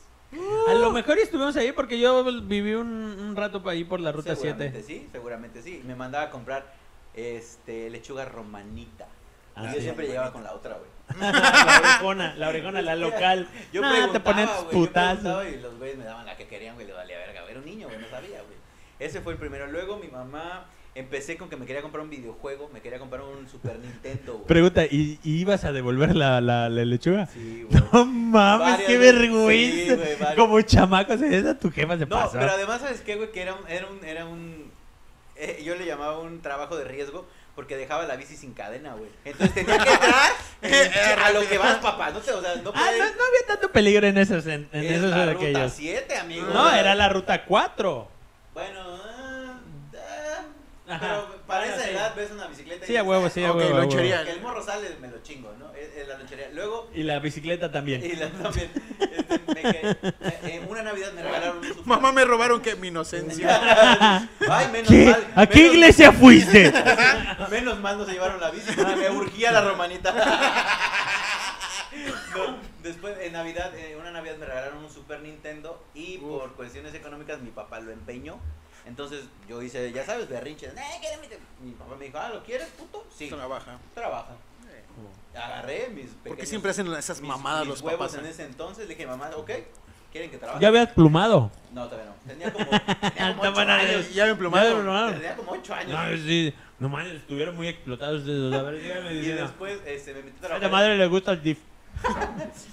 Speaker 3: A lo mejor estuvimos ahí porque yo viví un, un rato pa- ahí por la ruta
Speaker 2: seguramente
Speaker 3: 7.
Speaker 2: sí, seguramente sí. Me mandaba a comprar este lechuga romanita.
Speaker 3: Ah,
Speaker 2: y yo
Speaker 3: sí.
Speaker 2: siempre llevaba con la otra, güey.
Speaker 3: la orejona, la orejona, la local.
Speaker 2: Yo
Speaker 3: Nah,
Speaker 2: preguntaba,
Speaker 3: te ponías
Speaker 2: güey, yo
Speaker 3: putazo.
Speaker 2: preguntaba y los güeyes me daban la que querían, güey, le valía verga. güey, Era un niño, güey, no sabía, güey. Ese fue el primero. Luego mi mamá empecé con que me quería comprar un videojuego, me quería comprar un Super Nintendo, güey.
Speaker 3: Pregunta, ¿y, y ibas a devolver la, la, la lechuga? *laughs*
Speaker 2: Sí, güey.
Speaker 3: No mames,
Speaker 2: Varias
Speaker 3: qué
Speaker 2: veces, sí,
Speaker 3: vergüenza.
Speaker 2: güey, varias.
Speaker 3: Como chamaco, se esa tu jefa se
Speaker 2: No,
Speaker 3: pasó.
Speaker 2: pero además, ¿sabes qué, güey? Que era un. Era un, era un eh, yo le llamaba un trabajo de riesgo porque dejaba la bici sin cadena, güey. Entonces tenía
Speaker 3: *laughs*
Speaker 2: que entrar eh, a lo que vas, papá. No sé, o sea, no
Speaker 3: Ah,
Speaker 2: puedes.
Speaker 3: no, no había tanto peligro en esos, en, en
Speaker 2: Es
Speaker 3: esos
Speaker 2: la
Speaker 3: en
Speaker 2: ruta
Speaker 3: aquellos.
Speaker 2: 7, amigo.
Speaker 3: No, era la ruta 4.
Speaker 2: Bueno, ah, ah,
Speaker 3: Ajá.
Speaker 2: pero para
Speaker 3: Bueno,
Speaker 2: esa
Speaker 3: sí.
Speaker 2: edad ves una bicicleta. y
Speaker 3: Sí, a
Speaker 2: dices,
Speaker 3: huevo,
Speaker 2: "Ah,
Speaker 3: sí, a
Speaker 1: ok,
Speaker 3: huevo. a huevo.
Speaker 1: lonchería.
Speaker 2: Que el morro sale, me lo chingo, ¿no? Es, es la lonchería. Luego,
Speaker 3: Y la bicicleta también.
Speaker 2: y la- *laughs* también, este, me quedé- eh, en una Navidad me regalaron un
Speaker 3: *laughs*
Speaker 2: super-
Speaker 1: Mamá, me robaron que mi inocencia.
Speaker 2: Ay, menos
Speaker 3: ¿Qué?
Speaker 2: mal.
Speaker 3: ¿A qué
Speaker 2: menos- *laughs*
Speaker 3: iglesia fuiste?
Speaker 2: Menos mal no se llevaron la bici, porque me urgía la
Speaker 1: *laughs*
Speaker 2: romanita. No, después, en Navidad, eh, una Navidad me regalaron un Super Nintendo y
Speaker 1: Uf.
Speaker 2: por cuestiones económicas mi papá lo empeñó. Entonces yo hice, ya sabes, berrinches. "Eh, quiero mi te-". Mi papá me dijo, ah, ¿lo quieres, puto? Sí,
Speaker 1: Trabaja.
Speaker 2: trabaja. Agarré mis pequeños...
Speaker 1: Porque Oh. siempre hacen esas
Speaker 2: mis-
Speaker 1: mamadas
Speaker 2: mis
Speaker 1: los
Speaker 2: huevos
Speaker 1: papás. ¿eh?
Speaker 2: en este ese entonces. Le dije, mamá, ok, ¿quieren que trabaje?
Speaker 3: Ya habías plumado.
Speaker 2: No, todavía no.
Speaker 1: *laughs*
Speaker 2: Tenía como, tenía como
Speaker 3: Está
Speaker 2: ocho
Speaker 3: buena
Speaker 2: años.
Speaker 1: Ay, ya me
Speaker 3: Ya habías
Speaker 1: emplumaron.
Speaker 3: plumado.
Speaker 2: Tenía como ocho años.
Speaker 3: No, sí, no mames, estuvieron muy explotados ustedes. A ver, *laughs* dígame,
Speaker 2: y
Speaker 3: dígame.
Speaker 2: después este, me metí a
Speaker 3: A
Speaker 2: trabajar.
Speaker 3: la madre le gusta el diff.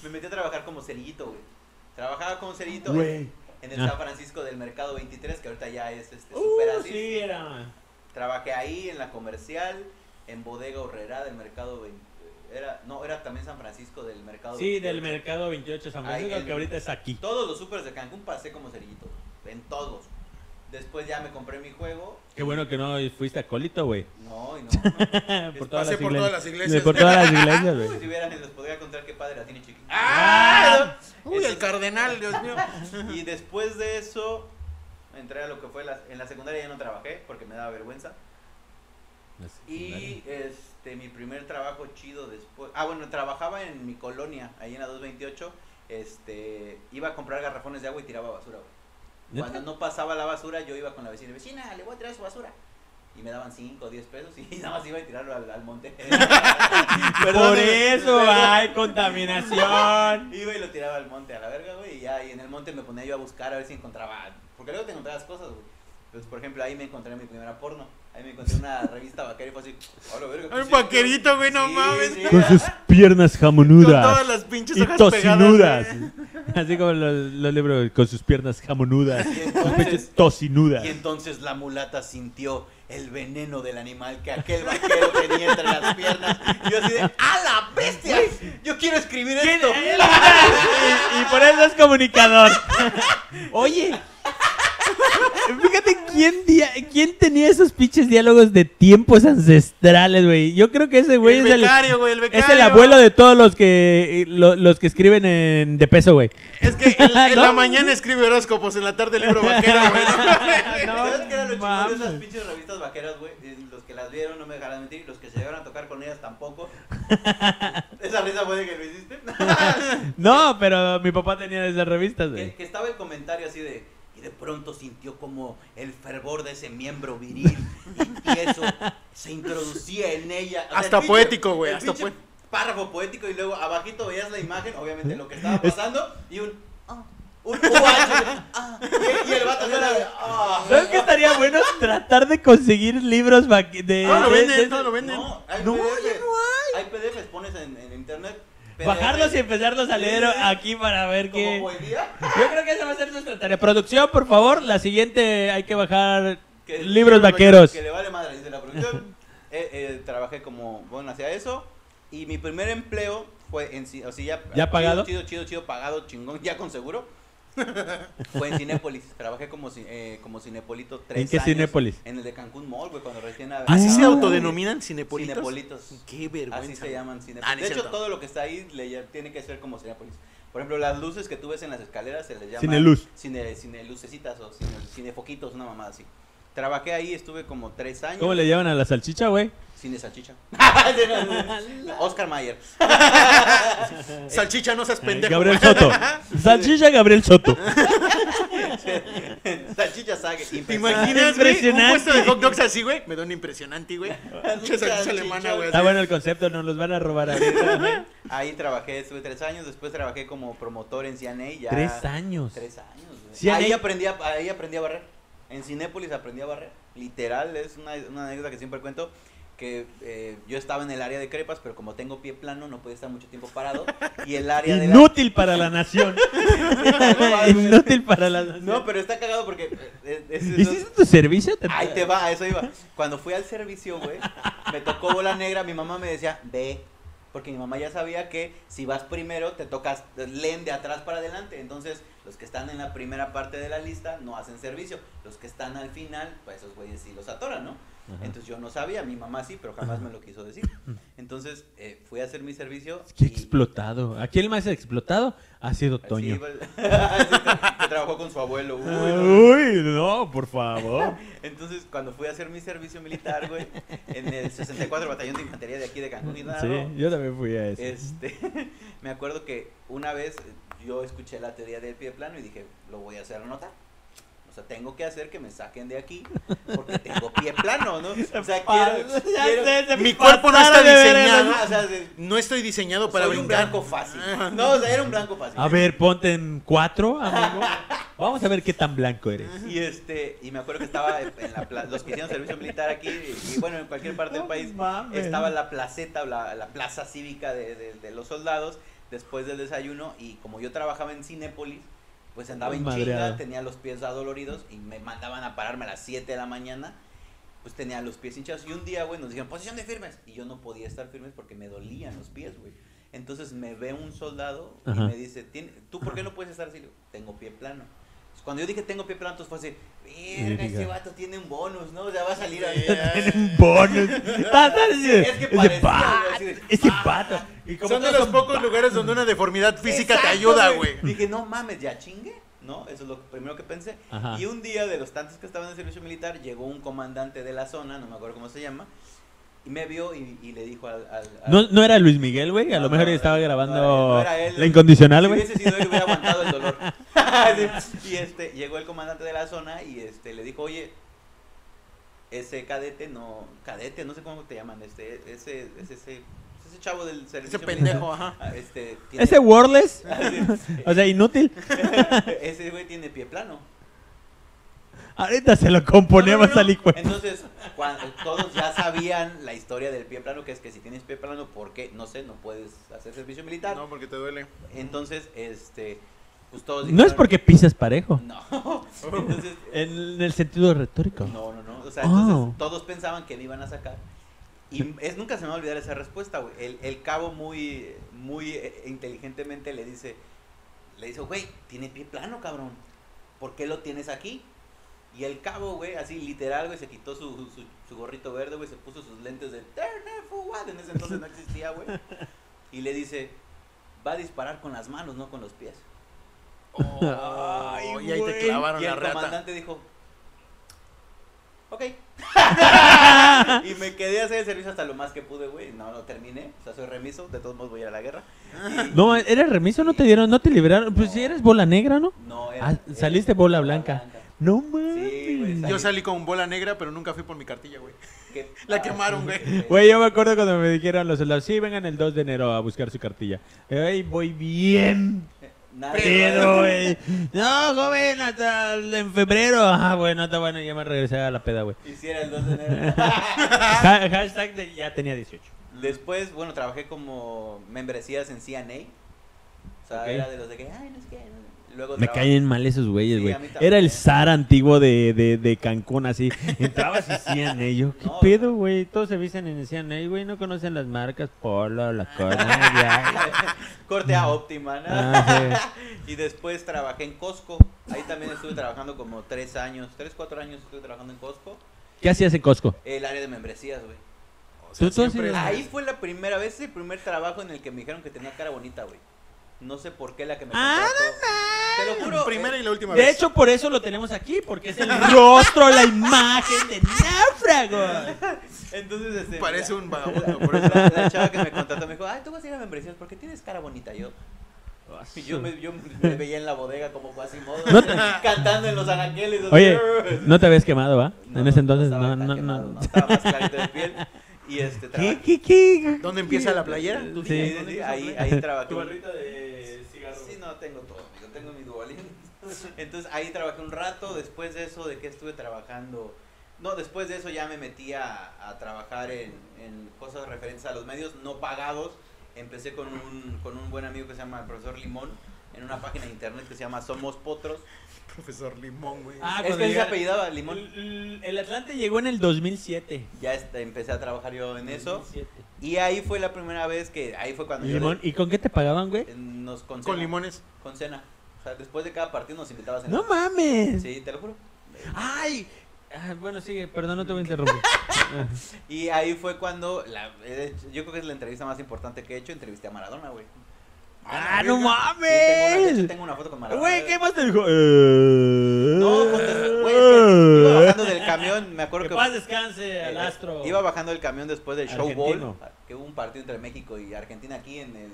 Speaker 2: Me metí a trabajar como cerillito, güey. Trabajaba como cerillito.
Speaker 3: Güey,
Speaker 2: en el
Speaker 3: Ah.
Speaker 2: San Francisco del Mercado 23, que ahorita ya es este, super
Speaker 3: Uh, sí, era.
Speaker 2: Trabajé ahí en la comercial, en Bodega Horrera del Mercado 20. Era, no, era también San Francisco del Mercado
Speaker 3: Sí,
Speaker 2: 28.
Speaker 3: del mercado 28 San Francisco,
Speaker 2: Ahí, el-
Speaker 3: que ahorita es aquí.
Speaker 2: Todos los supers de Cancún pasé como cerillito, en todos. Después ya me compré mi juego.
Speaker 3: Qué bueno que no fuiste a Colito, güey.
Speaker 2: No, y no.
Speaker 3: *laughs* Por todas
Speaker 1: Pasé
Speaker 3: las
Speaker 1: por
Speaker 3: iglesias.
Speaker 1: todas las iglesias.
Speaker 3: Por todas las iglesias,
Speaker 2: no.
Speaker 3: güey. *laughs*
Speaker 2: si vieran, les podría contar qué padre la tiene chiquita.
Speaker 1: *laughs* ¡Ah! Uy,
Speaker 2: Ese-
Speaker 1: el cardenal, Dios mío.
Speaker 2: Y después de eso, entré a lo que fue la- en la secundaria, ya no trabajé porque me daba vergüenza. Y este, mi primer trabajo chido después. Ah, bueno, trabajaba en mi colonia, ahí en la 228. Este, iba a comprar garrafones de agua y tiraba basura. güey. Cuando
Speaker 3: ¿Neta?
Speaker 2: no pasaba la basura, yo iba con la vecina, vecina, le voy a tirar su basura. Y me daban 5 o 10 pesos *laughs* y nada más iba a tirarlo al, al monte.
Speaker 3: Por eso hay *laughs* contaminación.
Speaker 2: iba y lo tiraba al monte a la verga, güey. Y ya, y en el monte me ponía yo a buscar a ver si encontraba. Porque luego te encontrabas cosas, güey. Pues, por ejemplo, ahí me encontré mi primera porno. Ahí me encontré una revista vaquera y fue así, "A la verga.
Speaker 1: Ay,
Speaker 2: pues,
Speaker 1: un
Speaker 2: sí,
Speaker 1: vaquerito, güey, no
Speaker 2: sí,
Speaker 1: mames.
Speaker 2: sí,
Speaker 3: Con sus piernas
Speaker 1: Con todas
Speaker 3: jamonudas
Speaker 1: las pinches
Speaker 3: y
Speaker 1: hojas
Speaker 3: tocinudas.
Speaker 1: pegadas. güey.
Speaker 3: Así como los, los libros con sus piernas jamonudas. *laughs*
Speaker 2: Y
Speaker 3: Sus
Speaker 2: entonces,
Speaker 3: pinches tocinudas.
Speaker 2: y entonces la mulata sintió el veneno del animal que aquel vaquero tenía entre las piernas. Y yo así de, ¡a la bestia! Yo quiero escribir esto.
Speaker 3: Y, y por eso es comunicador. *laughs* Oye. Fíjate quién, dia- quién tenía esos pinches diálogos de tiempos ancestrales, güey. Yo creo que ese güey
Speaker 1: El
Speaker 3: es el,
Speaker 1: becario, güey, el
Speaker 3: es
Speaker 1: becario.
Speaker 3: el abuelo de todos los que lo- los que escriben en de peso, güey.
Speaker 1: Es que en, en
Speaker 3: *laughs* ¿No?
Speaker 1: la mañana escribe horóscopos, en la tarde
Speaker 3: *laughs*
Speaker 1: libro vaquero, güey. Ah, *laughs*
Speaker 2: ¿Sabes qué era lo chingón de
Speaker 3: mames.
Speaker 2: esas pinches revistas vaqueras, güey? Y Los que las vieron no me dejarán mentir, los que se llegaron a tocar con ellas tampoco. Esa risa fue de que lo hiciste.
Speaker 3: No, pero mi papá tenía esas revistas,
Speaker 2: que,
Speaker 3: güey.
Speaker 2: que estaba el comentario así de. Y de pronto sintió como el fervor de ese miembro viril y eso se introducía en ella. O sea,
Speaker 1: Hasta
Speaker 2: el pinche-
Speaker 1: poético, güey,
Speaker 2: el
Speaker 1: hasta
Speaker 2: pinche
Speaker 1: poe-
Speaker 2: Párrafo poético y luego abajito veías la imagen, obviamente lo que estaba pasando y un. ah, un UH, ah, y, y el vato era de. ah.
Speaker 3: ¿Sabes qué estaría bueno tratar de conseguir libros va- de,
Speaker 1: Todo lo
Speaker 3: de- de-
Speaker 1: venden, todo lo venden.
Speaker 2: No, hay
Speaker 3: No,
Speaker 2: PDFs.
Speaker 3: ya
Speaker 2: hay. PDFs, pones en, en internet. PDFs,
Speaker 3: bajarlos y empezarlos a leer aquí para ver qué.
Speaker 2: Como hoy día.
Speaker 3: Yo creo que esa va a ser nuestra tarea. Producción, por favor, la siguiente hay que bajar *laughs*
Speaker 2: que-
Speaker 3: libros
Speaker 2: que-
Speaker 3: vaqueros.
Speaker 2: Que le vale madre, dice la
Speaker 3: *laughs*
Speaker 2: producción. Eh, eh, trabajé como, bueno, hacía eso. Y mi primer empleo fue en. ci- O sea, ya,
Speaker 3: ¿Ya
Speaker 2: chido,
Speaker 3: pagado?
Speaker 2: Chido, chido, chido, pagado, chingón, ya con seguro. *laughs* fue en Cinépolis. Trabajé como, ci- eh, como Cinepolito tres
Speaker 3: ¿En qué
Speaker 2: años.
Speaker 3: Cinépolis?
Speaker 2: En el de Cancún Mall, güey, cuando recién.
Speaker 1: ¿Así se
Speaker 3: Ah.
Speaker 1: autodenominan cinepolitos?
Speaker 2: Cinepolitos.
Speaker 1: Qué
Speaker 2: Así
Speaker 1: vergüenza.
Speaker 2: se llaman Cinépolis.
Speaker 1: Ah, no
Speaker 2: de
Speaker 1: es
Speaker 2: hecho,
Speaker 1: cierto.
Speaker 2: todo lo que está ahí le ll- tiene que ser como Cinépolis. Por ejemplo, las luces que tú ves en las escaleras se les llama.
Speaker 3: Cineluz.
Speaker 2: Cine, lucecitas o cine, cinefoquitos, una mamada así. Trabajé ahí, estuve como tres años.
Speaker 3: ¿Cómo le llaman a la salchicha, güey?
Speaker 2: Cine salchicha. *laughs*
Speaker 1: *laughs*
Speaker 2: Oscar Mayer.
Speaker 1: Salchicha, no seas pendejo.
Speaker 3: Eh,
Speaker 2: *laughs*
Speaker 3: Gabriel Soto. Salchicha Gabriel Soto.
Speaker 2: salchicha sague.
Speaker 1: ¿Te
Speaker 2: impresionante.
Speaker 1: imaginas, güey? Un
Speaker 3: Impresionante.
Speaker 1: puesto de hot dogs así, güey. Me da un impresionante, güey. Mucha salchicha alemana, güey.
Speaker 3: Está bueno el concepto, nos los van a
Speaker 2: *laughs*
Speaker 3: robar ahorita.
Speaker 2: Ahí trabajé, estuve tres años. Después trabajé como promotor en CNA. Ya
Speaker 3: Tres años.
Speaker 2: Tres años, güey.
Speaker 3: Sí,
Speaker 2: ahí,
Speaker 3: ahí-
Speaker 2: aprendí a, ahí aprendí a barrer. En Cinépolis aprendí a barrer. Literal, es una, una anécdota que siempre cuento. Que eh, yo estaba en el área de crepas, pero como tengo pie plano, no podía estar mucho tiempo parado. Y el área de. la-
Speaker 3: Inútil para
Speaker 2: *laughs*
Speaker 3: la nación. *laughs* Inútil para la nación.
Speaker 2: No, pero está cagado porque. eh, es- es-
Speaker 3: ¿Hiciste tu servicio?
Speaker 2: Ahí te va, a eso iba. Cuando fui al servicio, güey, me tocó bola negra, mi mamá me decía, ve. Porque mi mamá ya sabía que si vas primero, te tocas, leen de atrás para adelante. Entonces, los que están en la primera parte de la lista no hacen servicio. Los que están al final, pues esos güeyes sí los atoran, ¿no? Entonces yo no sabía, mi mamá sí, pero jamás me lo quiso decir. Entonces, eh, fui a hacer mi servicio.
Speaker 3: Qué
Speaker 2: y-
Speaker 3: explotado. Aquí el más explotado ha sido
Speaker 2: Pues Sí,
Speaker 3: Toño.
Speaker 2: iba- *laughs* Sí, tra- que trabajó con su abuelo. Uy, no.
Speaker 3: Uy, no, por favor.
Speaker 2: Entonces, cuando fui a hacer mi servicio militar, güey, en el 64 Batallón de Infantería de aquí de Cancún y
Speaker 3: Sí,
Speaker 2: Hidalgo,
Speaker 3: yo también fui a eso.
Speaker 2: este, *laughs* me acuerdo que una vez eh, yo escuché la teoría del pie plano y dije, lo voy a hacer anotar. O sea, tengo que hacer que me saquen de aquí porque tengo pie plano,
Speaker 3: *laughs*
Speaker 2: ¿no? O sea, quiero...
Speaker 3: Ah, Ya
Speaker 2: quiero-
Speaker 3: sé,
Speaker 1: *laughs*
Speaker 3: se
Speaker 1: Mi cuerpo no está
Speaker 3: pasaron de verga.
Speaker 1: diseñado.
Speaker 2: Ajá, o sea, de-
Speaker 1: No estoy diseñado para
Speaker 2: soy un
Speaker 1: brincar.
Speaker 2: blanco fácil. No, o sea, era un blanco fácil.
Speaker 3: Ah, A ver, ponte en cuatro, amigo. Vamos a ver qué tan blanco eres.
Speaker 2: Y este, y me acuerdo que estaba en la pla- los que hicieron servicio militar aquí, y, y bueno, en cualquier parte del
Speaker 3: No
Speaker 2: país,
Speaker 3: mames.
Speaker 2: estaba la placeta, o la, la plaza cívica de, de- de los soldados, después del desayuno, y como yo trabajaba en Cinépolis, pues andaba en
Speaker 3: Madreado.
Speaker 2: chinga, tenía los pies adoloridos y me mandaban a pararme a las 7 de la mañana. Pues tenía los pies hinchados. Y un día, güey, nos dijeron, posición de firmes. Y yo no podía estar firmes porque me dolían los pies, güey. Entonces me ve un soldado
Speaker 3: Ajá.
Speaker 2: y me dice, "Tien- ¿tú por qué no puedes estar así? Le digo, Tengo pie plano. Entonces, Cuando yo dije tengo pie plano, entonces fue así, "Verga, este
Speaker 3: Verga.
Speaker 2: vato tiene un bonus, ¿no? O sea, va a
Speaker 3: *laughs*
Speaker 2: salir ahí.
Speaker 3: Tiene un bonus. Está- está así de-
Speaker 2: Es que Ah.
Speaker 3: ese
Speaker 2: parecía,
Speaker 3: pato,
Speaker 2: güey, así de,
Speaker 3: Ese pato. Y como
Speaker 1: Son de
Speaker 3: todos
Speaker 1: los pocos
Speaker 3: pa-
Speaker 1: lugares donde una deformidad física te
Speaker 2: Exacto,
Speaker 1: ayuda, güey.
Speaker 2: Dije, no mames, ya chingue, ¿no? Eso es lo primero que pensé.
Speaker 3: Ajá.
Speaker 2: Y un día de los tantos que estaban en el servicio militar, llegó un comandante de la zona, no me acuerdo cómo se llama, y me vio y, y le dijo al... al- al-
Speaker 3: No, no era Luis Miguel, güey. A
Speaker 2: No,
Speaker 3: lo mejor
Speaker 2: no,
Speaker 3: estaba
Speaker 2: no,
Speaker 3: grabando
Speaker 2: no era él.
Speaker 3: La Incondicional,
Speaker 2: si
Speaker 3: güey.
Speaker 2: hubiese sido él, hubiera aguantado el dolor. *laughs* Sí. y este, llegó el comandante de la zona y este, le dijo, oye, ese cadete, no, cadete, no sé cómo te llaman, este, ese, ese, ese, ese chavo del servicio
Speaker 1: Ese
Speaker 2: militar,
Speaker 1: pendejo, ajá.
Speaker 2: ah, Este, tiene- *laughs*
Speaker 3: Ese Wordless.
Speaker 2: Así,
Speaker 3: O sea, inútil.
Speaker 2: Ese güey tiene pie plano.
Speaker 3: Ahorita se lo componemos
Speaker 2: No, no, no.
Speaker 3: al hijo.
Speaker 2: Entonces, cuando, todos ya sabían la historia del pie plano, que es que si tienes pie plano, ¿por qué? No sé, no puedes hacer servicio militar.
Speaker 1: No, porque te duele.
Speaker 2: Entonces, este, pues todos
Speaker 3: No es
Speaker 2: dijeron,
Speaker 3: porque pisas parejo.
Speaker 2: *laughs* No. Entonces,
Speaker 3: En el sentido retórico.
Speaker 2: no, no, no. O sea,
Speaker 3: Oh.
Speaker 2: entonces todos pensaban que me iban a sacar. Y es, nunca se me va a olvidar esa respuesta, güey. El, el cabo muy, muy eh, inteligentemente le dice, le dice, güey, tiene pie plano, cabrón. ¿Por qué lo tienes aquí? Y el cabo, güey, así literal, güey, se quitó su, su, su gorrito verde, güey, se puso sus lentes de "Turn it forward", En ese entonces no existía, güey. Y le dice, va a disparar con las manos, no con los pies.
Speaker 1: Oh, y ahí te clavaron
Speaker 2: Y
Speaker 1: la
Speaker 2: el
Speaker 1: rata.
Speaker 2: comandante dijo,
Speaker 1: *laughs*
Speaker 2: ok. y me quedé a hacer el servicio hasta lo más que pude, güey. No lo terminé. O sea, soy remiso. De todos modos voy a ir a la guerra. Y-
Speaker 3: No, ¿eres remiso? ¿No te dieron? ¿No te liberaron? Pues si eres bola negra, ¿no?
Speaker 2: no,
Speaker 3: Ah, saliste bola blanca. No
Speaker 2: Sí, güey,
Speaker 3: mames.
Speaker 1: Yo salí con bola negra, pero nunca fui por mi cartilla, güey.
Speaker 2: Que-
Speaker 1: La
Speaker 2: ah,
Speaker 1: quemaron,
Speaker 2: *laughs*
Speaker 1: güey.
Speaker 3: Güey, yo me acuerdo cuando me dijeron los soldados, sí, vengan el 2 de enero a buscar su cartilla. Ay, voy bien
Speaker 2: Nada.
Speaker 3: pedo, güey. No, joven, hasta el- en febrero. Ah, bueno, está bueno, ya me regresé a la peda, güey.
Speaker 2: *laughs* Hiciera el 2 de enero.
Speaker 3: Ha- Hashtag de- ya tenía 18.
Speaker 2: Después, bueno, trabajé como membresías en CNA. O sea,
Speaker 3: Ok.
Speaker 2: era de los de que, ay, no sé qué. no sé". Luego
Speaker 3: Me
Speaker 2: traba-
Speaker 3: caen mal esos güeyes,
Speaker 2: Sí,
Speaker 3: güey.
Speaker 2: a mí también.
Speaker 3: Era el zar antiguo de, de, de Cancún, así. Entrabas y CNA. Yo, ¿qué
Speaker 2: No,
Speaker 3: pedo, güey? Todos se visten en CNA, güey. No conocen las marcas Polo,
Speaker 2: *laughs*
Speaker 3: la corona,
Speaker 2: Corte a óptima, ¿no?
Speaker 3: Ah,
Speaker 2: Y después trabajé en Costco. Ahí también estuve trabajando como tres años, tres, cuatro años estuve trabajando en Costco.
Speaker 3: ¿Qué hacías en Costco?
Speaker 2: El área de membresías, güey.
Speaker 1: O sea,
Speaker 3: Tú- tú has
Speaker 1: siempre-
Speaker 3: ido-
Speaker 2: Ahí fue la primera vez, el primer trabajo en el que me dijeron que tenía cara bonita, güey. No sé por qué la que me
Speaker 3: Ah,
Speaker 2: contrató. Te lo juro. eh,
Speaker 1: Primera y la última
Speaker 3: De
Speaker 1: vez.
Speaker 3: hecho, por eso lo tenemos aquí, porque es el rostro, la imagen de náufrago.
Speaker 2: eh, Entonces, este,
Speaker 1: Parece
Speaker 2: la-
Speaker 1: un vagabundo, por eso.
Speaker 2: La, la chava que me contrató me dijo, ay, tú vas a ir a membresías porque tienes cara bonita. Yo, y yo, me, yo me veía en la bodega como Quasimodo,
Speaker 3: *laughs* No te-
Speaker 2: cantando en los anaqueles. así,
Speaker 3: Oye, no te habías quemado, ¿va?
Speaker 2: *laughs* No,
Speaker 3: en ese entonces,
Speaker 2: estaba
Speaker 3: no,
Speaker 2: tan
Speaker 3: no,
Speaker 2: quemado,
Speaker 3: no.
Speaker 2: Estaba más clarito de piel. Y este
Speaker 3: *laughs* ¿Qué,
Speaker 2: trabajé.
Speaker 3: qué, qué?
Speaker 1: ¿Dónde empieza la playera?
Speaker 3: *laughs*
Speaker 2: Sí,
Speaker 1: Tú
Speaker 3: Sí.
Speaker 1: dices,
Speaker 2: sí,
Speaker 1: ¿dónde
Speaker 2: sí,
Speaker 1: empieza la
Speaker 2: ahí,
Speaker 1: playera?
Speaker 2: ahí trabajé. un-
Speaker 3: de cigarro.
Speaker 2: Sí, no, tengo todo, amigo, tengo mi duolín. *laughs* Entonces ahí trabajé un rato, después de eso, ¿de qué estuve trabajando? No, después de eso ya me metí a, a trabajar en, en cosas referentes a los medios no pagados. Empecé con un, con un buen amigo que se llama el profesor Limón, en una página de internet que se llama Somos Potros.
Speaker 1: Profesor Limón, güey.
Speaker 3: Ah,
Speaker 2: es
Speaker 3: cuando
Speaker 2: que así se
Speaker 3: llega-
Speaker 2: apellidaba Limón.
Speaker 3: El, el Atlante llegó en el 2007.
Speaker 2: Ya este, empecé a trabajar yo en eso.
Speaker 3: 2007.
Speaker 2: Y ahí fue la primera vez que, ahí fue cuando yo
Speaker 3: Limón,
Speaker 2: le-
Speaker 3: ¿y con qué te pagaban, güey?
Speaker 2: nos con,
Speaker 1: Con
Speaker 2: cena,
Speaker 1: limones.
Speaker 2: Con cena. O sea, después de cada partido nos invitabas a cenar.
Speaker 3: No mames.
Speaker 2: Sí, te lo juro.
Speaker 3: Ay. Ah, Bueno, sigue, perdón, no te voy a interrumpir.
Speaker 2: Y ahí fue cuando, la, eh, yo creo que es la entrevista más importante que he hecho, entrevisté a Maradona, güey.
Speaker 3: ¡Ah, no
Speaker 2: Sí, tengo, una, de hecho,
Speaker 3: mames!
Speaker 2: tengo una foto con Maradona.
Speaker 3: *laughs* Güey, ¿qué más te dijo? Eh.
Speaker 2: No, contestó, güey, es que
Speaker 3: *laughs*
Speaker 2: iba bajando del camión, me acuerdo
Speaker 3: Que
Speaker 2: que...
Speaker 3: paz descanse al
Speaker 2: eh,
Speaker 3: astro.
Speaker 2: Iba bajando del camión después del
Speaker 3: Argentino.
Speaker 2: showball, que hubo un partido entre México y Argentina aquí en el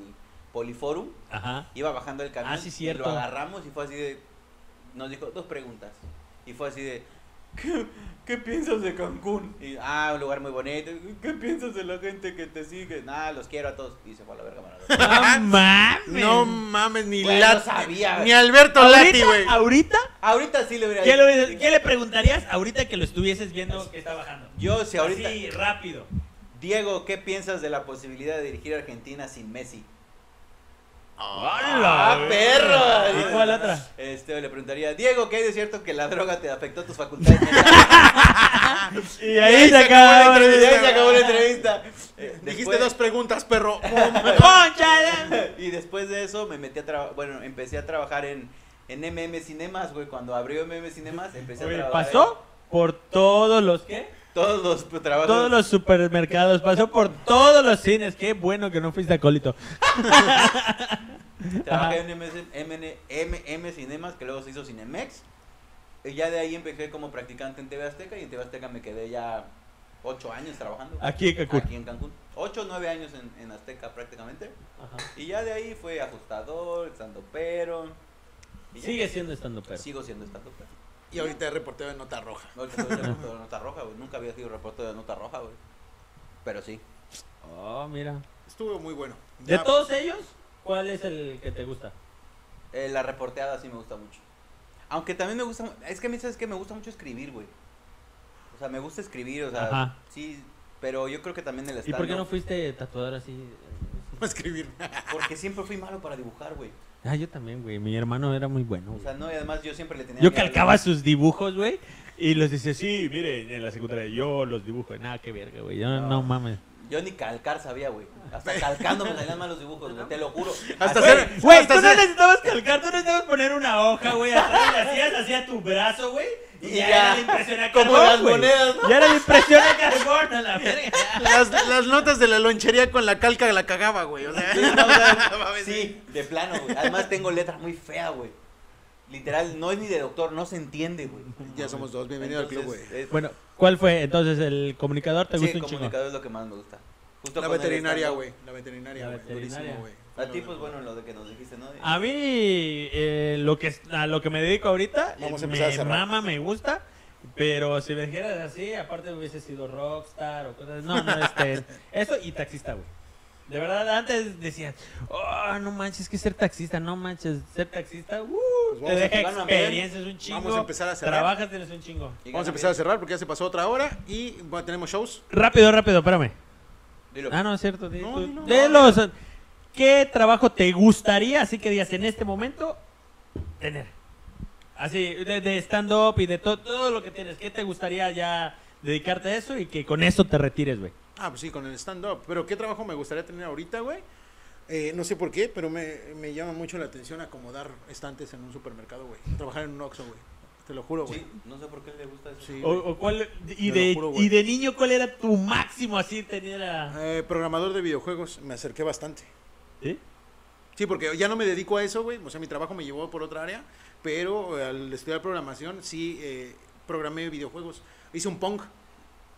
Speaker 2: Poliforum.
Speaker 3: Ajá.
Speaker 2: Iba bajando del camión
Speaker 3: Ah, sí,
Speaker 2: y
Speaker 3: cierto.
Speaker 2: lo agarramos y fue así de... Nos dijo dos preguntas. Y fue así de... ¿Qué, qué piensas de Cancún? Y, ah, un lugar muy bonito. ¿Qué piensas de la gente que te sigue? Nah, los quiero a todos. Y se fue a la
Speaker 3: *laughs*
Speaker 2: verga, Maradona. *laughs*
Speaker 3: ¡No mames!
Speaker 1: No mames, ni
Speaker 2: Güey,
Speaker 1: Lat-
Speaker 2: no
Speaker 3: *laughs*
Speaker 2: sabía,
Speaker 1: Ni
Speaker 2: güey.
Speaker 1: Alberto Lati,
Speaker 3: ¿Ahorita?
Speaker 1: güey.
Speaker 3: ¿Ahorita?
Speaker 2: Ahorita sí le hubiera
Speaker 3: ¿Qué,
Speaker 2: dicho.
Speaker 3: le- qué le preguntarías ahorita que lo estuvieses viendo que está bajando?
Speaker 2: Yo, si ahorita.
Speaker 3: Así, rápido.
Speaker 2: Diego, ¿qué piensas de la posibilidad de dirigir a Argentina sin Messi?
Speaker 3: ¡Hala!
Speaker 2: Ah,
Speaker 3: güey!
Speaker 2: perro!
Speaker 3: ¿Y cuál otra?
Speaker 2: Este, le preguntaría, Diego, ¿qué hay de cierto que la droga te afectó tus
Speaker 3: *laughs*
Speaker 2: facultades? mentales?"
Speaker 3: Y ahí se acaba
Speaker 2: Y ahí se
Speaker 3: la
Speaker 2: acabó la entrevista. Eh,
Speaker 1: Dijiste
Speaker 2: después-
Speaker 1: dos preguntas, perro.
Speaker 3: ¡Pónchala!
Speaker 2: *laughs* Y después de eso me metí a trabajar, bueno, empecé a trabajar en, en MM Cinemas, güey. Cuando abrió MM Cinemas, empecé a
Speaker 3: Oye,
Speaker 2: trabajar.
Speaker 3: pasó por todos los ¿qué?
Speaker 2: en Todos los pues, trabajos.
Speaker 3: Todos los supermercados, pasó por todos los cines. Qué bueno que no fuiste acólito.
Speaker 2: Trabajé en MS MN MM Cinemas, que luego se hizo Cinemex. Y ya de ahí empecé como practicante en TV Azteca y en TV Azteca me quedé ya ocho años trabajando. güey.
Speaker 3: Aquí en Cancún.
Speaker 2: Aquí en Cancún. Ocho, nueve años en, en Azteca prácticamente. Y ya de ahí fue ajustador, estando pero.
Speaker 3: Sigue siendo estando perro.
Speaker 2: Sigo siendo estando pero.
Speaker 1: Y ahorita es reportero de nota roja.
Speaker 2: No, ahorita soy reportero de nota roja, güey. Nunca había sido reportero de nota roja, güey. Pero sí.
Speaker 3: Oh, mira.
Speaker 1: Estuvo muy bueno.
Speaker 3: De
Speaker 1: Ya-
Speaker 3: todos ellos, ¿cuál es el que te gusta?
Speaker 2: Eh, la reporteada sí me gusta mucho. Aunque también me gusta. mu- Es que a mí, ¿sabes que Me gusta mucho escribir, güey. O sea, me gusta escribir, o sea.
Speaker 3: Ajá.
Speaker 2: Sí, pero yo creo que también el
Speaker 3: ¿Y por qué no
Speaker 2: stand-up. Ah,
Speaker 3: fuiste tatuador así?
Speaker 1: a escribir.
Speaker 2: Porque siempre fui malo para dibujar, güey.
Speaker 3: Ah, yo también, güey. Mi hermano era muy bueno.
Speaker 2: O
Speaker 3: güey.
Speaker 2: sea, no, y además yo siempre le tenía.
Speaker 3: Yo
Speaker 2: miedo a los-
Speaker 3: calcaba sus dibujos, güey. Y los decía, sí, mire, en la secundaria yo los dibujo. Nada, qué verga, güey. Yo,
Speaker 2: No.
Speaker 3: no mames.
Speaker 2: Yo ni calcar sabía, güey. Hasta calcando me salían malos dibujos, güey, te lo juro.
Speaker 1: Hasta
Speaker 2: Así-
Speaker 1: hacer-
Speaker 3: Güey,
Speaker 1: hasta
Speaker 3: tú no
Speaker 1: hacer-
Speaker 3: necesitabas calcar, tú necesitabas poner una hoja, güey, atrás, le hacías hacia tu brazo, güey, y
Speaker 2: Y
Speaker 3: ya,
Speaker 2: ya,
Speaker 3: era la impresión a
Speaker 2: como
Speaker 3: carbón,
Speaker 2: las
Speaker 3: güey.
Speaker 2: monedas, ¿no?
Speaker 3: Ya era la impresión *laughs* a carbón, a la verga.
Speaker 1: *laughs* Las, las notas de la lonchería con la calca la cagaba, güey. O sea,
Speaker 2: Sí, no, o sea,
Speaker 1: *laughs* no mames.
Speaker 2: sí, de plano, güey. Además tengo letra muy fea, güey. Literal, no es ni de doctor, no se entiende, güey.
Speaker 1: Ya somos dos, bienvenido al club, güey.
Speaker 2: Entonces, es-
Speaker 3: Bueno, ¿cuál fue entonces el comunicador? ¿Te
Speaker 2: sí,
Speaker 3: gusta un chingo?
Speaker 2: comunicador es lo que más me gusta. Justo
Speaker 1: La
Speaker 2: con el
Speaker 1: veterinaria,
Speaker 2: stand-up.
Speaker 1: güey. La veterinaria,
Speaker 3: La
Speaker 1: güey. Durísimo,
Speaker 3: veterinaria.
Speaker 1: güey.
Speaker 2: A ti, pues bueno, lo de que nos dijiste, ¿no?
Speaker 3: A mí, eh, lo que, a lo que me dedico ahorita,
Speaker 1: Vamos a
Speaker 3: eh,
Speaker 1: empezar a
Speaker 3: me
Speaker 1: cerrar.
Speaker 3: mama, me gusta, pero si me dijeras así, aparte hubiese sido rockstar o cosas, no,
Speaker 1: *laughs*
Speaker 3: no, este, eso y taxista, güey. De verdad, antes decían, oh, no manches, que ser taxista, no manches, ser taxista, uh,
Speaker 1: Pues vamos
Speaker 3: te
Speaker 1: a-
Speaker 3: deja
Speaker 2: van a ver.
Speaker 3: experiencias un chingo.
Speaker 1: Vamos a empezar a cerrar.
Speaker 3: Trabajas, tienes un chingo.
Speaker 1: Vamos a empezar a cerrar porque ya se pasó otra hora y bueno, tenemos shows.
Speaker 3: Rápido, rápido, espérame.
Speaker 2: Dilo.
Speaker 3: Ah, no, es cierto. di
Speaker 1: No,
Speaker 3: tú.
Speaker 1: dilo.
Speaker 3: Dilo, o sea, ¿Qué trabajo te gustaría, así que digas, en este momento, tener? Así, de, de stand-up y de to- todo lo que tienes. ¿Qué te gustaría ya dedicarte a eso y que con eso te retires, güey?
Speaker 1: Ah, pues sí, con el stand-up. Pero ¿qué trabajo me gustaría tener ahorita, güey? Eh, no sé por qué, pero me, me llama mucho la atención acomodar estantes en un supermercado, güey. Trabajar en un Oxxo, güey. Te lo juro, güey.
Speaker 2: Sí, no sé por qué le gusta eso.
Speaker 1: Sí.
Speaker 3: O, o cuál, y,
Speaker 1: Te lo
Speaker 3: de,
Speaker 1: juro, güey.
Speaker 3: y de niño, ¿cuál era tu máximo así tener a...
Speaker 1: Eh, programador de videojuegos, me acerqué bastante.
Speaker 3: ¿Sí?
Speaker 1: Sí, porque ya no me dedico a eso, güey. O sea, mi trabajo me llevó por otra área. Pero eh, al estudiar programación, sí eh, programé videojuegos. Hice un Pong.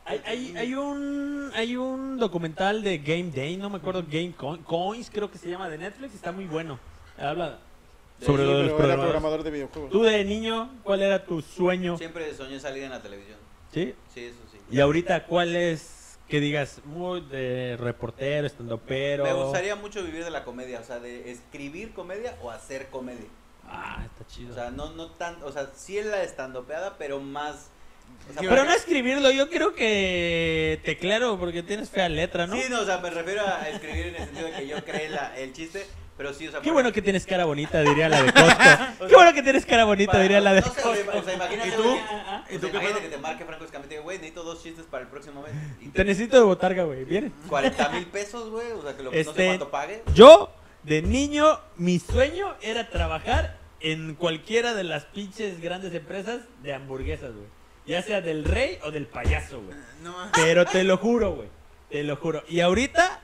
Speaker 3: Hay, hay, hay un, hay un documental de Game Day, no me acuerdo, Game Coin- Coins creo que se llama, de Netflix, está muy bueno. Habla sobre
Speaker 1: Sí,
Speaker 3: lo
Speaker 1: pero
Speaker 3: de los
Speaker 1: era
Speaker 3: programadores.
Speaker 1: programador de videojuegos.
Speaker 3: Tú de niño, ¿cuál era tu sueño? Sí.
Speaker 2: Siempre soñé salir en la televisión. Sí, eso sí.
Speaker 3: Y ahorita, ¿cuál es que digas muy de reportero, estandopero?
Speaker 2: Me gustaría mucho vivir de la comedia, o sea, de escribir comedia o hacer comedia.
Speaker 3: Ah, está chido.
Speaker 2: O sea, no, no tan, o sea, sí es la estandopeada, pero más. o sea,
Speaker 3: pero
Speaker 2: porque-
Speaker 3: no escribirlo, yo creo que te claro porque tienes fea letra, ¿no?
Speaker 2: Sí, no, o sea, me refiero a escribir en el sentido de que yo creé la- el chiste, pero sí, o sea.
Speaker 3: Qué
Speaker 2: por-
Speaker 3: bueno que tienes cara bonita, diría la
Speaker 2: *laughs*
Speaker 3: de Costco. Qué bueno que tienes cara bonita,
Speaker 2: para-
Speaker 3: diría la de
Speaker 2: no sé, güey, o sea, imagínate,
Speaker 1: ¿Y tú?
Speaker 2: güey,
Speaker 3: Ah, ah.
Speaker 1: ¿Y
Speaker 2: o
Speaker 1: tú
Speaker 2: sea,
Speaker 1: qué
Speaker 2: imagínate
Speaker 1: pedo?
Speaker 2: que te marque Franco Escamete, güey, necesito dos chistes para el próximo mes. Y
Speaker 3: Te necesito de botarga, güey. Viene.
Speaker 2: 40 mil pesos, güey, o sea, que lo, no sé
Speaker 3: Este-
Speaker 2: cuánto pague.
Speaker 3: Yo, de niño, mi sueño era trabajar en cualquiera de las pinches grandes empresas de hamburguesas, güey. Ya sea del rey o del payaso, güey.
Speaker 1: No, ah,
Speaker 3: Pero te lo juro, güey. Te lo juro. Y ahorita,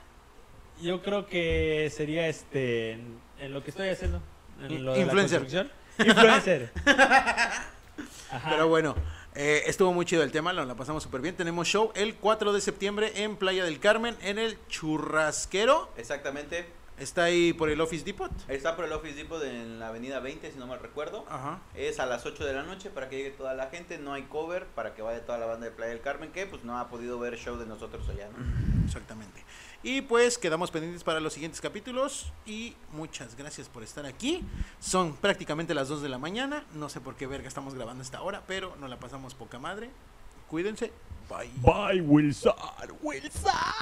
Speaker 3: yo creo que sería este. En, en lo que estoy haciendo. En lo de la
Speaker 1: Influencer.
Speaker 3: construcción. Influencer. Ajá.
Speaker 1: Pero bueno, eh, estuvo muy chido el tema, lo, la pasamos súper bien. Tenemos show el 4 de septiembre en Playa del Carmen, en el Churrasquero.
Speaker 2: Exactamente.
Speaker 1: Está ahí por el Office Depot.
Speaker 2: Está por el Office Depot en la avenida 20, si no mal recuerdo.
Speaker 1: Ajá.
Speaker 2: Es a las 8 de la noche para que llegue toda la gente. No hay cover para que vaya toda la banda de Playa del Carmen, que pues no ha podido ver show de nosotros allá. ¿no?
Speaker 1: Exactamente. Y pues quedamos pendientes para los siguientes capítulos. Y muchas gracias por estar aquí. Son prácticamente las 2 de la mañana. No sé por qué verga estamos grabando a esta hora, pero nos la pasamos poca madre. Cuídense. Bye.
Speaker 3: Bye, Wilson. Wilson.